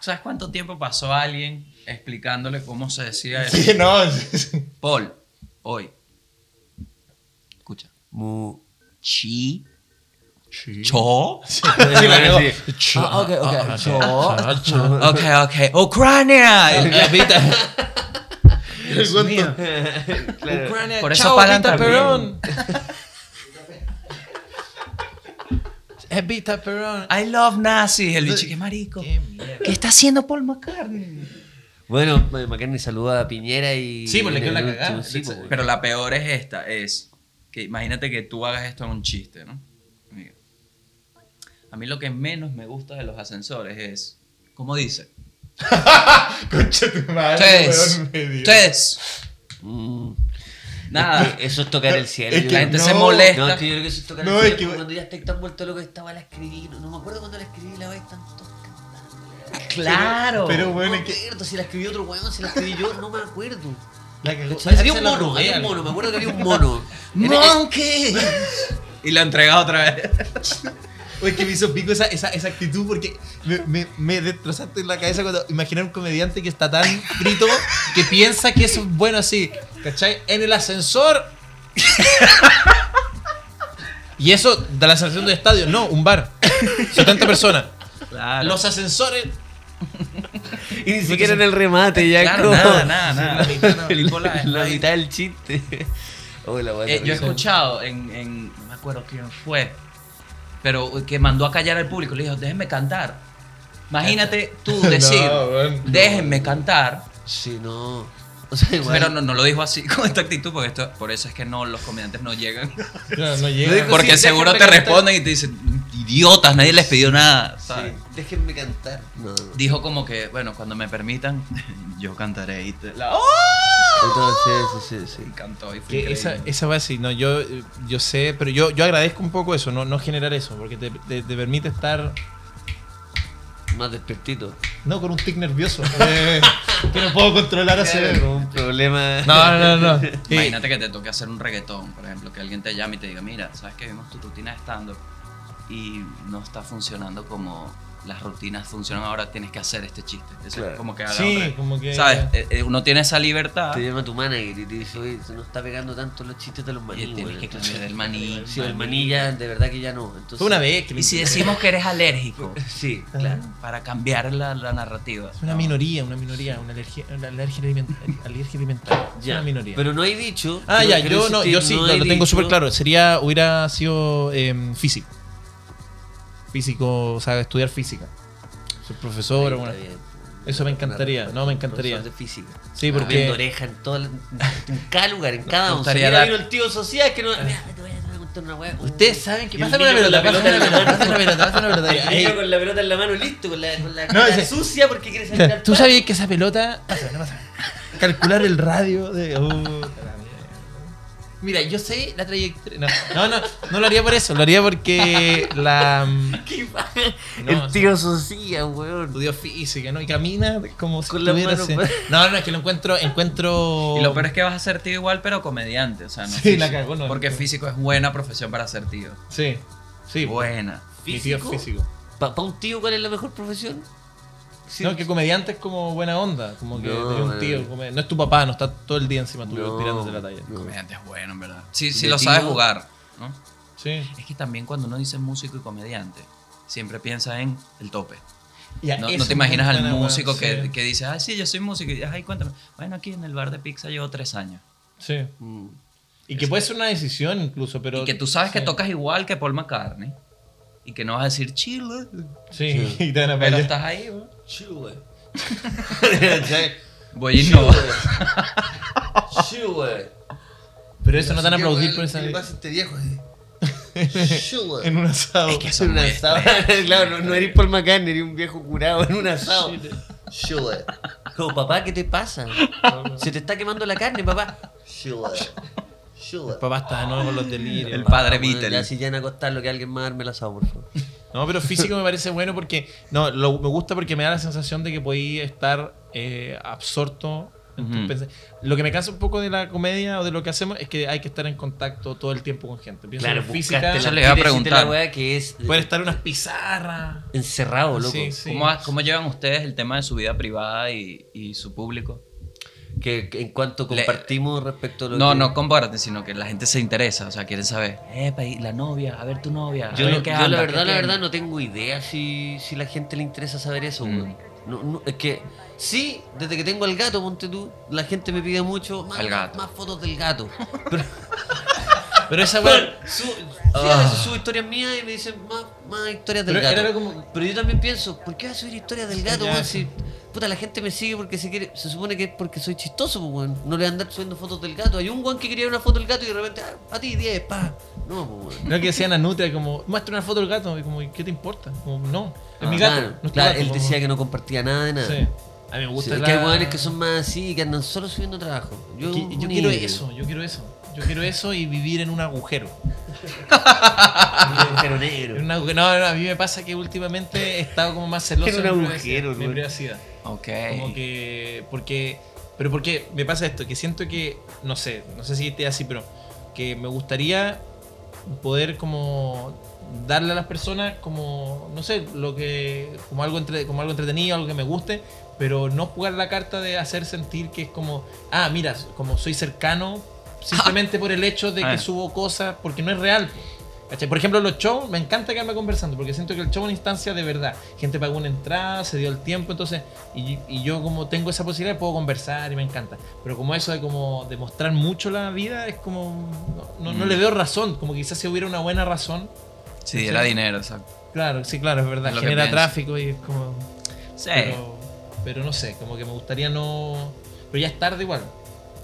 ¿Sabes cuánto tiempo pasó alguien explicándole cómo se decía eso? Sí, no. sí, sí. Paul, hoy. Escucha. Mu. Chi. Sí. Cho. Sí, la cagó. Cho- Ah, ok, ok. ah, Cho- ah, cho- Ok, ok. Ucrania. La pita. Dios mío. Ucrania. Por eso Chao, pagan Vita tan Perón. Eh, Vita Perón. I love nazis. El bicho, qué marico. Qué mierda. ¿Qué está haciendo Paul McCartney? Bueno, McCartney saluda a Piñera y. Sí, pues le en quedó la el último, cagada. sí, pues, weón. Pero la peor es esta, es que imagínate que tú hagas esto en un chiste, ¿no? Mira, A mí lo que menos me gusta de los ascensores es, ¿cómo dice? Concha tu madre. Tres, weón, me dio. tres. Mm. Es Nada. que eso es tocar el cielo. Es yo que La creo. gente no. se No, es molesta. que yo creo que eso es tocar No, el es cielo. pues, que- Cuando ya estáis tan vuelto loco, estaba la escribí. No, no me acuerdo cuando la escribí, la vez tanto. Claro. Pero No bueno, me es que acuerdo si la escribió otro weón, si la escribí yo, no me acuerdo. la cagó. Había Se un la mono, robé había un al- mono, me acuerdo que había un mono. Monkey. Y la entrega otra vez. Oye, que me hizo pico esa, esa, esa actitud porque me, me, me destrozaste en la cabeza cuando imaginé a un comediante que está tan frito que piensa que eso es bueno así. ¿Cachai? En el ascensor. Y eso da la sensación de estadio. No, un bar. 70 personas. Los ascensores. Y ni siquiera en el remate, ya Claro, como- nada, nada, nada. La mitad, no. Película es La ahí. mitad del chiste. Oh, la weá Eh, yo he terrible. escuchado en, en- No me acuerdo quién fue. Pero que mandó a callar al público. Le dijo, déjenme cantar. Imagínate tú decir, No, bueno. déjenme cantar. Sí, no. O sea, igual. Pero no, no lo dijo así con esta actitud, porque esto, por eso es que no, los comediantes no llegan. No, no Lo dijo- llega. Porque sí, seguro te déjenme cantar. responden y te dicen, idiotas, nadie les pidió nada. Sí, ¿sabes? déjenme cantar. No, no. Dijo como que, bueno, cuando me permitan, yo cantaré. Y te- la- Entonces, sí, sí, sí. Y cantó y fue Que esa, increíble. esa va así, no, yo, yo sé, pero yo, yo agradezco un poco eso, no, no generar eso, porque te, te- te permite estar Más despertito. No, con un tic nervioso. eh, que no puedo controlar hacer Con un problema. No, no, no. no. Sí. Imagínate que te toque hacer un reggaetón, por ejemplo, que alguien te llame y te diga, mira, sabes que vimos tu rutina de stand-up y no está funcionando como las rutinas funcionan ahora, tienes que hacer este chiste. Eso Claro. es como que haga Sí, otra- como que. ¿Sabes? Eh, eh, Uno tiene esa libertad Te llama tu manager y te dice, oye, se nos está pegando tanto los chistes de los y maní, tienes weón. que cambiar el maní. Sí, el maní ya, de verdad que ya no. Entonces, Fue una vez que lo Y si intenté. decimos que eres alérgico, Sí, Ajá. claro. para cambiar la, la narrativa. Es una ¿no? minoría, una minoría, una alergia, una alergia alimentaria. Alergia alimentaria. Es Ya. una minoría. Pero no hay dicho. ah, creo- ya, creo yo que no, existe, yo sí, no lo, hay lo tengo dicho. súper claro. Sería, hubiera sido em, físico. Físico, o sea, estudiar física. Ser Ahí profesor o está una- bien. Eso me encantaría, no, me encantaría. Profesor de física. Sí, Ah, porque- viendo oreja en, todo, el- en cada lugar, en cada Me once. gustaría Mira, dar- vino el tío Socias que no. Ah. Mira, te voy a te voy a contar una weá. Ustedes saben que Y el pasa con la niño pelota, pasa con con la la pelota, pasa con la pelota, pasa con la pelota. El niño Ey, con la pelota en la mano, listo, con la, con la No, cara ese- sucia porque quiere salir al Tú parque. sabías que esa pelota. Pásame, no pásame. Calcular el radio de. Uh, Mira, yo sé la trayectoria. No, no, no, no lo haría por eso. Lo haría porque la. mm, ¿Qué va? No, el tío Socias, weón. Estudió física, ¿no? Y camina como si Con las estuviera manos pues. así. para- No, no, es que lo encuentro. encuentro... Y lo peor es que vas a ser tío igual, pero comediante. O sea, no Sí, físico. la cagó, no. Porque físico es buena profesión para ser tío. Sí, sí. Buena. Mi tío es físico. ¿Para un tío cuál es la mejor profesión? sí, no, que comediante es como buena onda. Como que No, tenés un tío. bueno. come- no eh. es tu papá, no está todo el día encima tuyo No, tirándote la talla. no. Comediante es bueno, en verdad. Sí, sí De lo sabes tío. jugar, ¿no? Sí. Es que también cuando uno dice músico y comediante, siempre piensa en el tope. Y a No, eso no me te imaginas al encanta, weón, músico que, sí. que dice, ah, sí, yo soy músico. Y, ay, cuéntame. Bueno, aquí en el bar de pizza llevo tres años. Sí. Mm. Y que puede ser una decisión incluso, pero. y que tú sabes que sí. tocas igual que Paul McCartney. Y que no vas a decir chile. Sí, y te van a Pero pelear. estás ahí, weón. Chile. ¿Cachai? Voy a innovar. Chile. Pero eso no te van Así a que, aplaudir weón, por esa. ¿Qué le pasa a este viejo? eh. Chile. En un asado. en un asado. claro, no, no eres Paul McCartney, eres un viejo curado en un asado. Chile. Como, papá, ¿qué te pasa? Se te está quemando la carne, papá. Chile. Chile. Papá está de nuevo con los delirios. El padre Vamos, Beatle. Ah, Ya si ya no acostarlo, que alguien más arme el asado, por favor. No, pero físico me parece bueno porque. No, lo- me gusta porque me da la sensación de que podía estar eh, absorto. en tus Ujú. pens- Lo que me cansa un poco de la comedia o de lo que hacemos es que hay que estar en contacto todo el tiempo con gente. Pienso que en física, buscaste Yo la- les iba a quiere decirte preguntar. la weá que es pueden estar en unas pizarras. encerrado, loco. Sí, sí. ¿Cómo, ha- cómo llevan ustedes el tema de su vida privada y, y su público? Que, que en cuanto Le- compartimos respecto a lo No, que- no comparten, sino que la gente se interesa, o sea, quieren saber. Epa, y la novia, a ver tu novia. Yo, a ver no- qué yo anda, la qué verdad, la tiene". verdad no tengo idea si, si la gente le interesa saber eso, Mm. weón. No, no, es que sí, desde que tengo al gato, ponte tú, la gente me pide mucho más, Al gato. más fotos del gato. Pero, Pero esa bueno, weá. su, sí, a Ah. veces subo historias mías y me dicen más, más historias del Pero gato. era como- Pero yo también pienso, ¿por qué voy a subir historias del gato, Ya. weón? Si, puta, la gente me sigue porque se quiere, se supone que es porque soy chistoso, pues, weón. No le voy a andar subiendo fotos del gato. Hay un weón que quería una foto del gato y de repente, ah, a ti 10, pa. No, pues, weón. No que decían a Nutria como, muestra una foto del gato. Y como, "¿Y ¿qué te importa? Como, no. Es mi Ah, gato. Claro, no es tu claro, gato", él como- decía que no compartía nada de nada. Sí. A mí me Sí, gusta es la- que hay hueones que son más así y que andan solo subiendo trabajo. Yo, Que- un yo quiero híbrido. eso, yo quiero eso. Yo quiero eso y vivir en un agujero. Un agujero Ah, En negro. un agu- No, no, a mí me pasa que últimamente he estado como más celoso En un de mi agujero, privacidad- de mi güey. privacidad. Ok. Como que. Porque. Pero porque me pasa esto, que siento que. No sé, no sé si esté así, pero. Que me gustaría poder como. Darle a las personas como. No sé, lo que. Como algo, entre, como algo entretenido, algo que me guste. Pero no jugar la carta de hacer sentir que es como. Ah, mira, como soy cercano. Simplemente por el hecho de que Ah. subo cosas. Porque no es real. ¿Cachai? Por ejemplo, los shows, me encanta quedarme conversando porque siento que el show es una instancia de verdad. Gente pagó una entrada, se dio el tiempo, entonces, y, y yo como tengo esa posibilidad puedo conversar y me encanta. Pero como eso de como demostrar mucho la vida, es como, no, no- no Mm. le veo razón, como quizás si hubiera una buena razón. Si diera dinero, exacto. Claro, sí, claro, es verdad, Es lo que genera pienso. tráfico y es como... Sí. Pero, pero no sé, como que me gustaría no... Pero ya es tarde igual.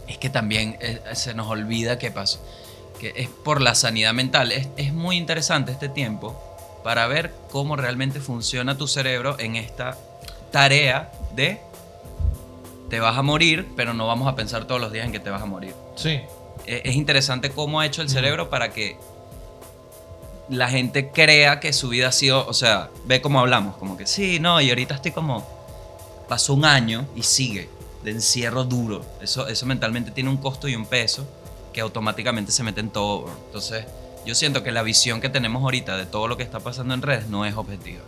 Es que también eh, se nos olvida que pasó. Que es por la sanidad mental. Es, es muy interesante este tiempo para ver cómo realmente funciona tu cerebro en esta tarea de te vas a morir, pero no vamos a pensar todos los días en que te vas a morir. Sí, Eh, Es interesante cómo ha hecho el Mm. cerebro para que la gente crea que su vida ha sido, o sea, ve cómo hablamos, como que sí, no, y ahorita estoy como, pasó un año y sigue, de encierro duro. Eso, eso mentalmente tiene un costo y un peso que automáticamente se mete en todo. bro. Entonces, yo siento que la visión que tenemos ahorita de todo lo que está pasando en redes no es objetiva.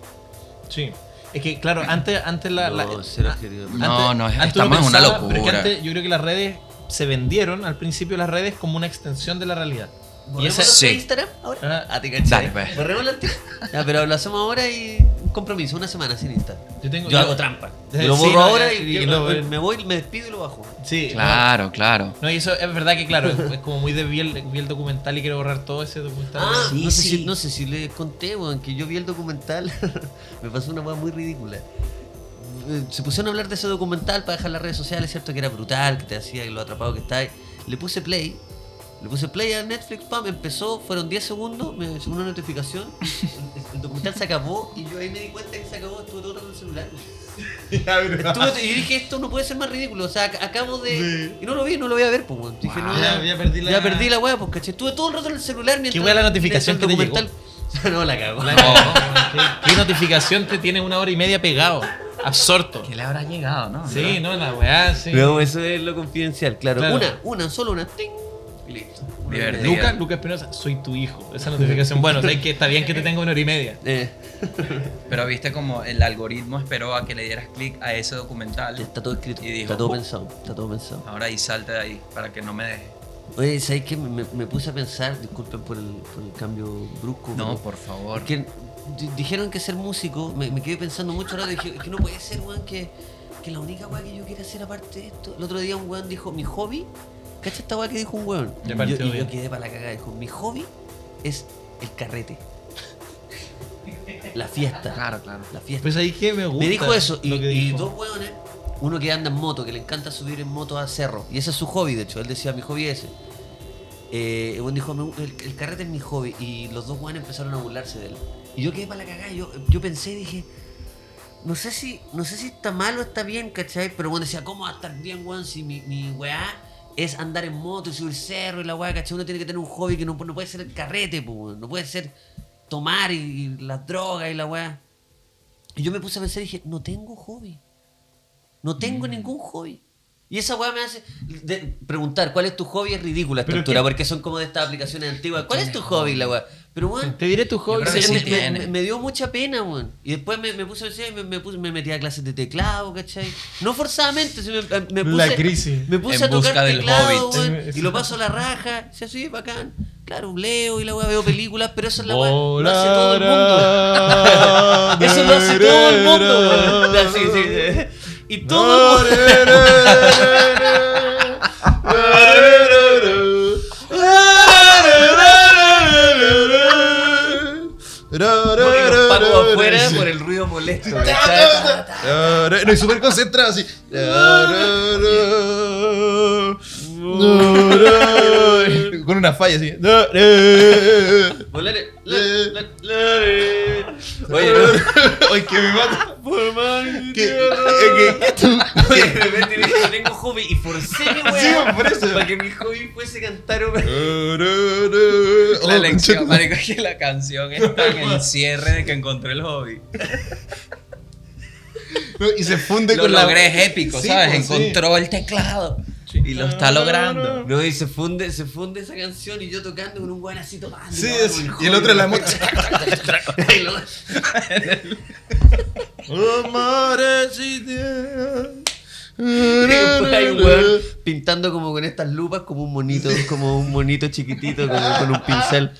sí. Es que, claro, antes, antes la... la- Ah. No, cero objetivo. No, no, es- uno estamos en una pensaba, Pero es que locura. antes yo creo que las redes se vendieron al principio las redes como una extensión de la realidad. Y ¿Borremos ese, los Sí. de Instagram ahora? Ah, Ah, te caché. Dale, pues. Borremos los de- Ya, pero lo hacemos ahora y un compromiso, una semana sin Instagram. yo tengo, Yo hago trampa. Sí, Lo borro no, ahora ya, y, yo y no, lo- eh. me voy, me despido y lo bajo. Sí, Claro, claro. No, y eso es verdad que, claro, es como muy de vi el, vi el documental y quiero borrar todo ese documental. Ah, Sí, no, sé sí. Si, no sé si les conté, weón, que yo vi el documental. me pasó una weá muy ridícula. Eh, Se pusieron a hablar de ese documental para dejar las redes sociales, ¿cierto? Que era brutal, que te hacía, lo atrapado que está. Le puse play. Le puse play a Netflix, pam, empezó, fueron 10 segundos, me llegó una notificación, el, el documental se acabó y yo ahí me di cuenta que se acabó, estuve todo el rato en el celular. Estuve- y yo dije, esto no puede ser más ridículo, o sea, ac- acabo de... Sí. Y no lo vi, no lo voy a ver, pues, weón. Dije, no, ya, ya perdí la... ya perdí la weá, pues caché. Estuve todo el rato en el celular mientras. weá la notificación mientras el que te documental- no, la cago. la- ¿Qué, qué notificación te tiene una hora y media pegado? Absorto. ¿Qué le habrá llegado, no? Sí, no, la weá, sí. No, eso es lo confidencial, claro. Claro. Una, una, solo una. ting. Y listo. Divertido. Lucas, Lucas Espinosa, soy tu hijo. Esa notificación. Bueno, sabes que está bien que te tengo una hora y media. Eh, Pero viste como el algoritmo esperó a que le dieras clic a ese documental. está todo escrito, Y dijo, está todo "Oh". pensado, está todo pensado. Ahora y salte de ahí para que no me deje. Oye, ¿sabes qué? Me, me puse a pensar, disculpen por el, por el cambio brusco. No, pero- por favor. Porque di- dijeron que ser músico, me, me quedé pensando mucho rato, dije, es que no puede ser, weón, que, que la única weá que yo quiera hacer aparte de esto. El otro día un weón dijo, mi hobby, ¿cacha esta weá que dijo un weón? Ya Y partió yo, y bien. yo quedé para la cagada, dijo, mi hobby es el carrete. la fiesta. Claro, claro. La fiesta. Pues ahí que me gusta. Me dijo eso y, lo que y dijo. dos hueones, uno que anda en moto, que le encanta subir en moto a cerro, y ese es su hobby, de hecho, él decía, mi hobby es ese. Eh, el hueón dijo, "Me- el, el carrete es mi hobby, y los dos hueones empezaron a burlarse de él. Y yo quedé para la cagada, yo, yo pensé y dije, no sé si no sé si está mal o está bien, ¿cachai? Pero bueno, decía, ¿cómo va a estar bien, weón, si mi, mi weá es andar en moto y subir cerro y la weá, ¿cachai? Uno tiene que tener un hobby que no, no puede ser el carrete, po, weón. no puede ser tomar y, y las drogas y la weá. Y yo me puse a pensar y dije, no tengo hobby. No Mm. tengo ningún hobby. Y esa weá me hace de- preguntar, ¿cuál es tu hobby? Es ridícula esta Pero altura, qué- porque son como de estas aplicaciones antiguas. ¿Cuál es tu hobby, la weá? Pero weón, Te diré tu hobby. creo que Sí, sí me, me- tiene. me- me dio mucha pena, weón. Y después me, me puse a decir, me, me puse- me metí a clases de teclado, ¿cachai? No forzadamente, se me, me puse, La crisis. Me puse En a tocar busca del teclado, Hobbit. weón, y lo paso a la raja, se así, bacán. Claro, leo y la weá, veo películas, pero eso es la weá. Lo hace todo el mundo. Eso lo hace todo el mundo, weón. Así, sí, sí. Y todo el mundo. Porque los pacos afuera por el ruido molesto, ¿cachai? No, y súper concentrado así. Con una falla así. Volare, Eh. la- la- la- Oye, Oye, que me mata. Que, eh, que- que tú- Oye, de repente dije, "No tengo hobby y forcé mi Sí, weá por eso. para que mi hobby fuese cantar ópera. Oh, La elección, conchetum- marico, es que la canción está en el cierre de que encontré el hobby. No, y se funde Lo con la- logré, es épico, Sí, ¿sabes? pues, sí. Encontró el teclado y lo está logrando. No, y se funde, se funde esa canción y yo tocando con un weón así tomando. Sí, tomando es- con y el hobby. otro en la moto. Y lo- Amores y y después hay un weón pintando como con estas lupas, como un monito, como un monito chiquitito con, con un pincel.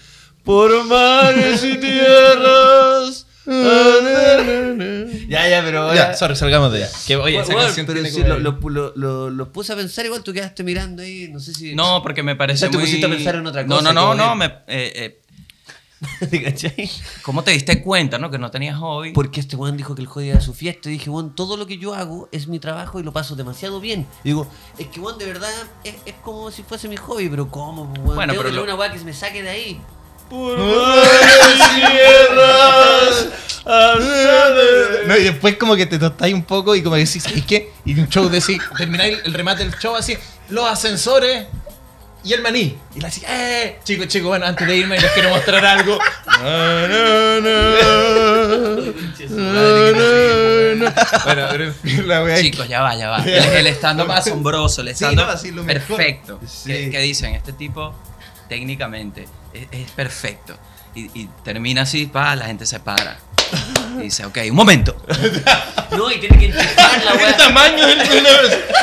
Por mares y tierras. Ya, ya, pero ahora. Ya, sorry, salgamos de allá. Que, oye, esa Weón, canción pero tiene si como- lo, lo- lo- los puse a pensar igual, tú quedaste mirando ahí, no sé si... No, porque me O parece sea, te muy... pusiste a pensar en otra No, cosa, no, no, qué no, bueno. me- eh, eh, ¿Cachai? ¿Cómo te diste cuenta, no? Que no tenías hobby. Porque este weón dijo que el jodido era su fiesta. Y dije, weón, todo lo que yo hago es mi trabajo y lo paso demasiado bien. Y digo, es que weón, de verdad, es, es como si fuese mi hobby, pero ¿cómo, pues, weón? Bueno, Tengo pero que lo- tener una weá que se me saque de ahí. No, y después como que te tostáis un poco y como que decís, ¿sabes qué? Y un show decís, termináis el remate del show así, los ascensores y el maní. Y la así, ¡eh! Chicos, chicos, bueno, antes de irme les quiero mostrar algo. bueno, pero en fin, la wea es que- Chicos, ya va, ya va. El, el stand-up asombroso, el Sí, stand-up no, sí, lo mejor. perfecto. Sí. Que, que dicen, este tipo técnicamente es, es perfecto. Y, y termina así, pa, la gente se para. Y dice, ok, un momento. No, y tiene que intentar la El weá. tamaño del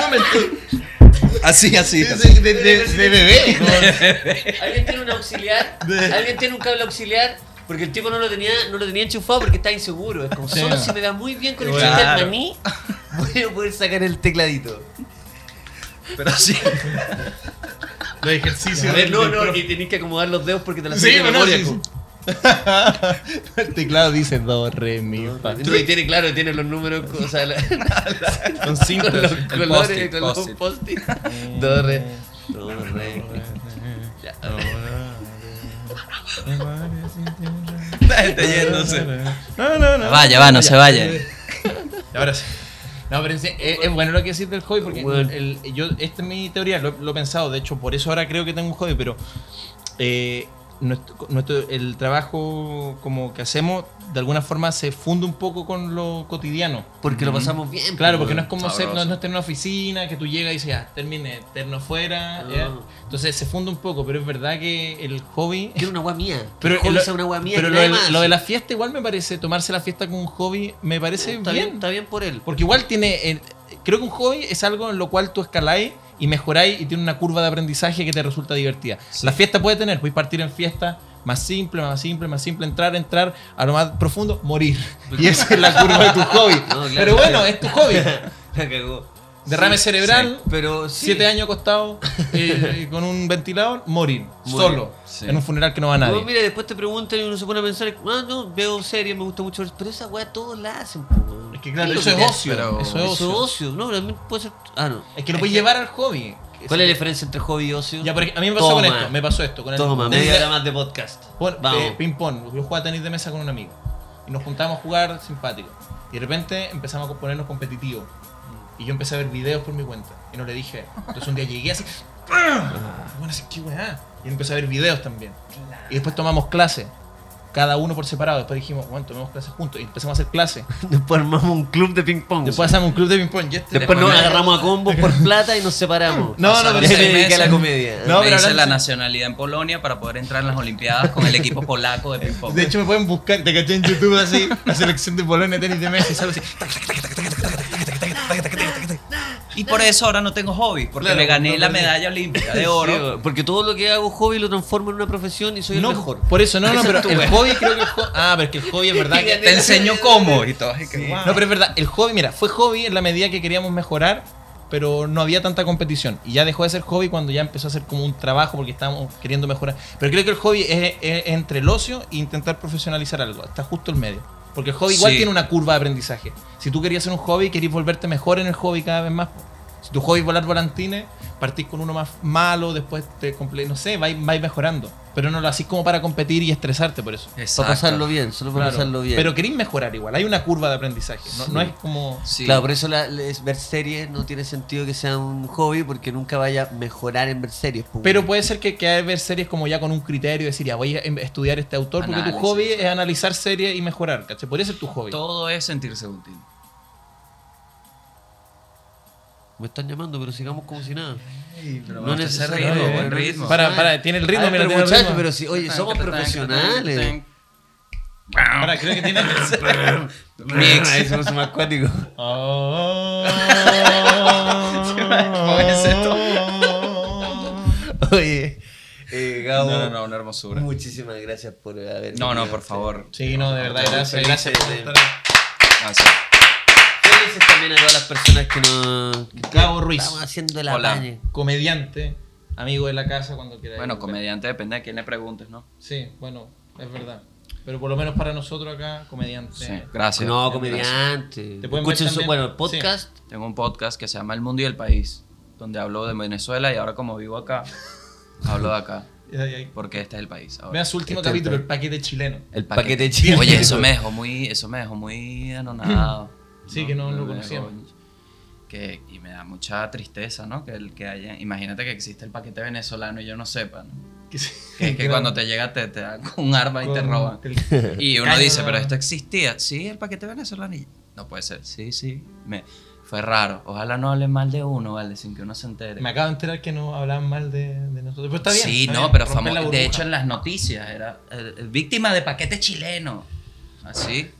momento. Así, así. De, de, de- de bebé. Alguien tiene un auxiliar, alguien tiene un cable auxiliar. Porque el tipo no lo tenía, no lo tenía enchufado porque está inseguro. Es como, Sí. solo si me da muy bien con el Claro. chiste del maní, voy a poder sacar el tecladito. Pero sí. Los ejercicios. A ver, del- no, del no, profe. y tenés que acomodar los dedos porque te la Sí, saqué de bueno, memoria. sí, como. sí. El teclado dice do, re, mi, fa. No, y tiene, claro, tiene los números, o sea, la- Con cinco. con los El colores, post-it, con los post-it. post-it. Do, re. Do, re. Ya. La gente yéndose. Vaya, va, no se vaya. Ahora sí. No, pero en serio, es, es bueno lo que decís del hobby, porque Bueno. el- el- yo, esta es mi teoría, lo, lo he pensado, de hecho, por eso ahora creo que tengo un hobby, pero eh, nuestro, nuestro- el trabajo como que hacemos de alguna forma se funde un poco con lo cotidiano. Porque lo Ujú. pasamos bien. Claro, pues, porque no es como ser, no, Sabroso. no es tener una oficina que tú llegas y dices, ah, termine, eterno afuera. Ah. ya. Entonces se funde un poco, pero es verdad que el hobby. Quiero una agua mía. Pero, Quiero que lo, sea una agua mía. pero que lo, de, nadie más. lo de la fiesta igual me parece, tomarse la fiesta como un hobby, me parece Está bien, bien. está bien por él. Porque igual tiene. el- creo que un hobby es algo en lo cual tú escaláis y mejoráis y tiene una curva de aprendizaje que te resulta divertida. La fiesta puede tener, puedes partir en fiesta más simple, más simple, más simple, entrar, entrar, a lo más profundo, morir. Y esa es la curva de tu hobby. claro, Pero bueno, claro. es tu hobby. La cagó. Derrame Sí, cerebral, sí, pero sí. siete años acostado eh, con un ventilador, morir, Morir, solo, sí. en un funeral que no va a No, nadie. mira, después te preguntan y uno se pone a pensar, ah, no, veo series, me gusta mucho, ver", pero esa weá todos la hacen, po, weón. es que claro, Sí, eso es ya, ocio, pero- eso es Eso es ocio. ocio, no, también puede ser. Ah, no. Es que lo puedes llevar al hobby. ¿Cuál es la diferencia entre hobby y ocio? Ya, por ej- a mí me pasó Toma, con esto, me pasó esto. Con el, Toma, tenis media de- hora más de podcast. bueno, Vamos. eh, ping pong, yo jugaba tenis de mesa con un amigo. Y nos juntábamos a jugar simpático. Y de repente empezamos a ponernos competitivos. Y yo empecé a ver videos por mi cuenta. Y no le dije. Entonces un día llegué así. ¡ah! Bueno, así qué weá. Y empecé a ver videos también. Y después tomamos clases. Cada uno por separado. Después dijimos, bueno, tomemos clases juntos. Y empezamos a hacer clases. Después armamos un club de ping pong. Después, Después hacemos un club de ping pong. Y este- nos agarramos a combos por plata y nos separamos. No, no, Ya pero me seis dediqué meses. a la comedia. No, me pero hice hablando- la nacionalidad en Polonia para poder entrar en las Olimpiadas con el equipo polaco de ping-pong. De hecho, me pueden buscar, te caché en YouTube así, la selección de Polonia de tenis de mesa y sale así. Y por eso ahora no tengo hobby, porque Claro, me gané no la perdí. medalla olímpica de oro. Sí, porque todo lo que hago hobby lo transformo en una profesión y soy no, el mejor. Por eso, no, no, Esa pero es tu el wea. hobby creo que el hobby. Ah, pero es que el hobby es verdad que. Te enseño cómo y todo. así que, wow. No, pero es verdad, el hobby, mira, fue hobby en la medida que queríamos mejorar, pero no había tanta competición. Y ya dejó de ser hobby cuando ya empezó a ser como un trabajo porque estábamos queriendo mejorar. Pero creo que el hobby es, es entre el ocio e intentar profesionalizar algo. Está justo el medio. Porque el hobby igual Sí. tiene una curva de aprendizaje. Si tú querías hacer un hobby, querías volverte mejor en el hobby cada vez más. Si tu hobby es volar volantines, partís con uno más malo, después te comple- no sé, vais, vais mejorando. Pero no lo haces como para competir y estresarte por eso. Para Exacto. pasarlo bien, solo para Claro. pasarlo bien. Pero queréis mejorar igual. Hay una curva de aprendizaje. No, no Sí. es como. Sí. Claro, por eso la- les- ver series no tiene sentido que sea un hobby porque nunca vaya a mejorar en ver series. pues. Pero puede ser que, que hay ver series como ya con un criterio, decir, ya voy a em- estudiar este autor, porque Análisis. tu hobby es analizar series y mejorar, ¿cachai? Podría ser tu hobby. Todo es sentirse útil. Me están llamando, pero sigamos como si nada. Pero No ese necesariamente, ritmo, bueno, buen no ritmo. Para, para, tiene el ritmo, Ay, mira, pero tiene el muchachos, ritmo. pero si, oye, somos profesionales. Para, creo que tiene. Ahí somos más acuáticos. Oh. ¿Cómo es esto? Oye, eh, Gabo, No, no, no, una hermosura. muchísimas gracias por haber. No, no, venido. este por favor. Ah, Sí, no, de verdad, gracias, gracias por estar ahí. Gracias. Felices también a todas las personas que nos. que Gabo Ruiz. Estamos haciendo la Hola. calle. Comediante. Comediante, amigo de la casa cuando quieras. Bueno, comediante depende de quién le preguntes, ¿no? Sí, bueno, es verdad. Pero por lo menos para nosotros acá, comediante. Sí, gracias. No, Gracias. comediante. Te pueden ver Escuchen su también. bueno, podcast. Tengo un podcast que se llama El Mundo y el País, donde hablo de Venezuela y ahora como vivo acá, hablo de acá, Ay, ay. porque este es el país. ahora. Vean su último Este capítulo, está- el paquete chileno. El Paquete chileno. Oye, eso me dejó muy, eso me dejó muy anonadado. Sí, que no lo Me conocíamos. dejó- Que, y me da mucha tristeza, ¿no? Que el que haya, imagínate que existe el paquete venezolano y yo no sepa, ¿no? Que, sí. Que, que Claro. cuando te llega te, te dan con un arma y te Con- roban. el- Y uno Caña. dice, pero esto existía. Sí, el paquete venezolano. Y- No puede ser. Sí, sí. Me, fue raro. Ojalá no hablen mal de uno, ¿vale? Sin que uno se entere. Me acabo de enterar que no hablaban mal de, de nosotros. Pero está bien. sí, está no, bien, pero romper famo- la burbuja. de hecho en las noticias era eh, eh, víctima de paquete chileno. Así.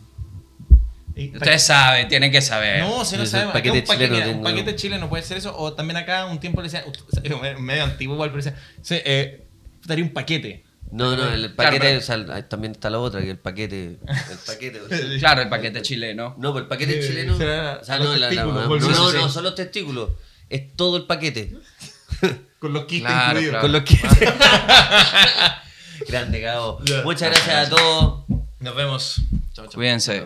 Y pa- Ustedes saben, tienen que saber. No, si no Es el sabemos. Acá paquete un paquete, chileno, mira, un tengo- paquete chileno puede ser eso. O también acá un tiempo le decían. ust- Medio antiguo igual, pero decían. sí, eh, daría un paquete. No, no, el Claro, paquete. pero- o sea, el- también está la otra, que el paquete. El paquete. o sea, Claro, el paquete chileno. No, pero el paquete Eh, chileno. será O sea, los no, la- la- testículos, no, bolsillo, no, sí. no, son los testículos. Es todo el paquete. Con los kits Claro, incluidos. claro. Con los que. Grande, Gabo. Ya. Muchas gracias a todos. Nos vemos. Chao, chao. Cuídense.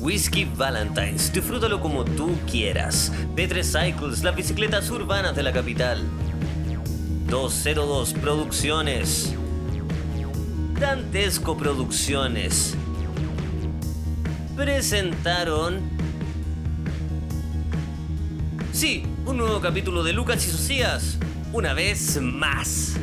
Whisky Valentine's, disfrútalo como tú quieras. B3 Cycles, las bicicletas urbanas de la capital. 202 Producciones. Dantesco Producciones. Presentaron... Sí, un nuevo capítulo de Lucas y Socias. Una vez más.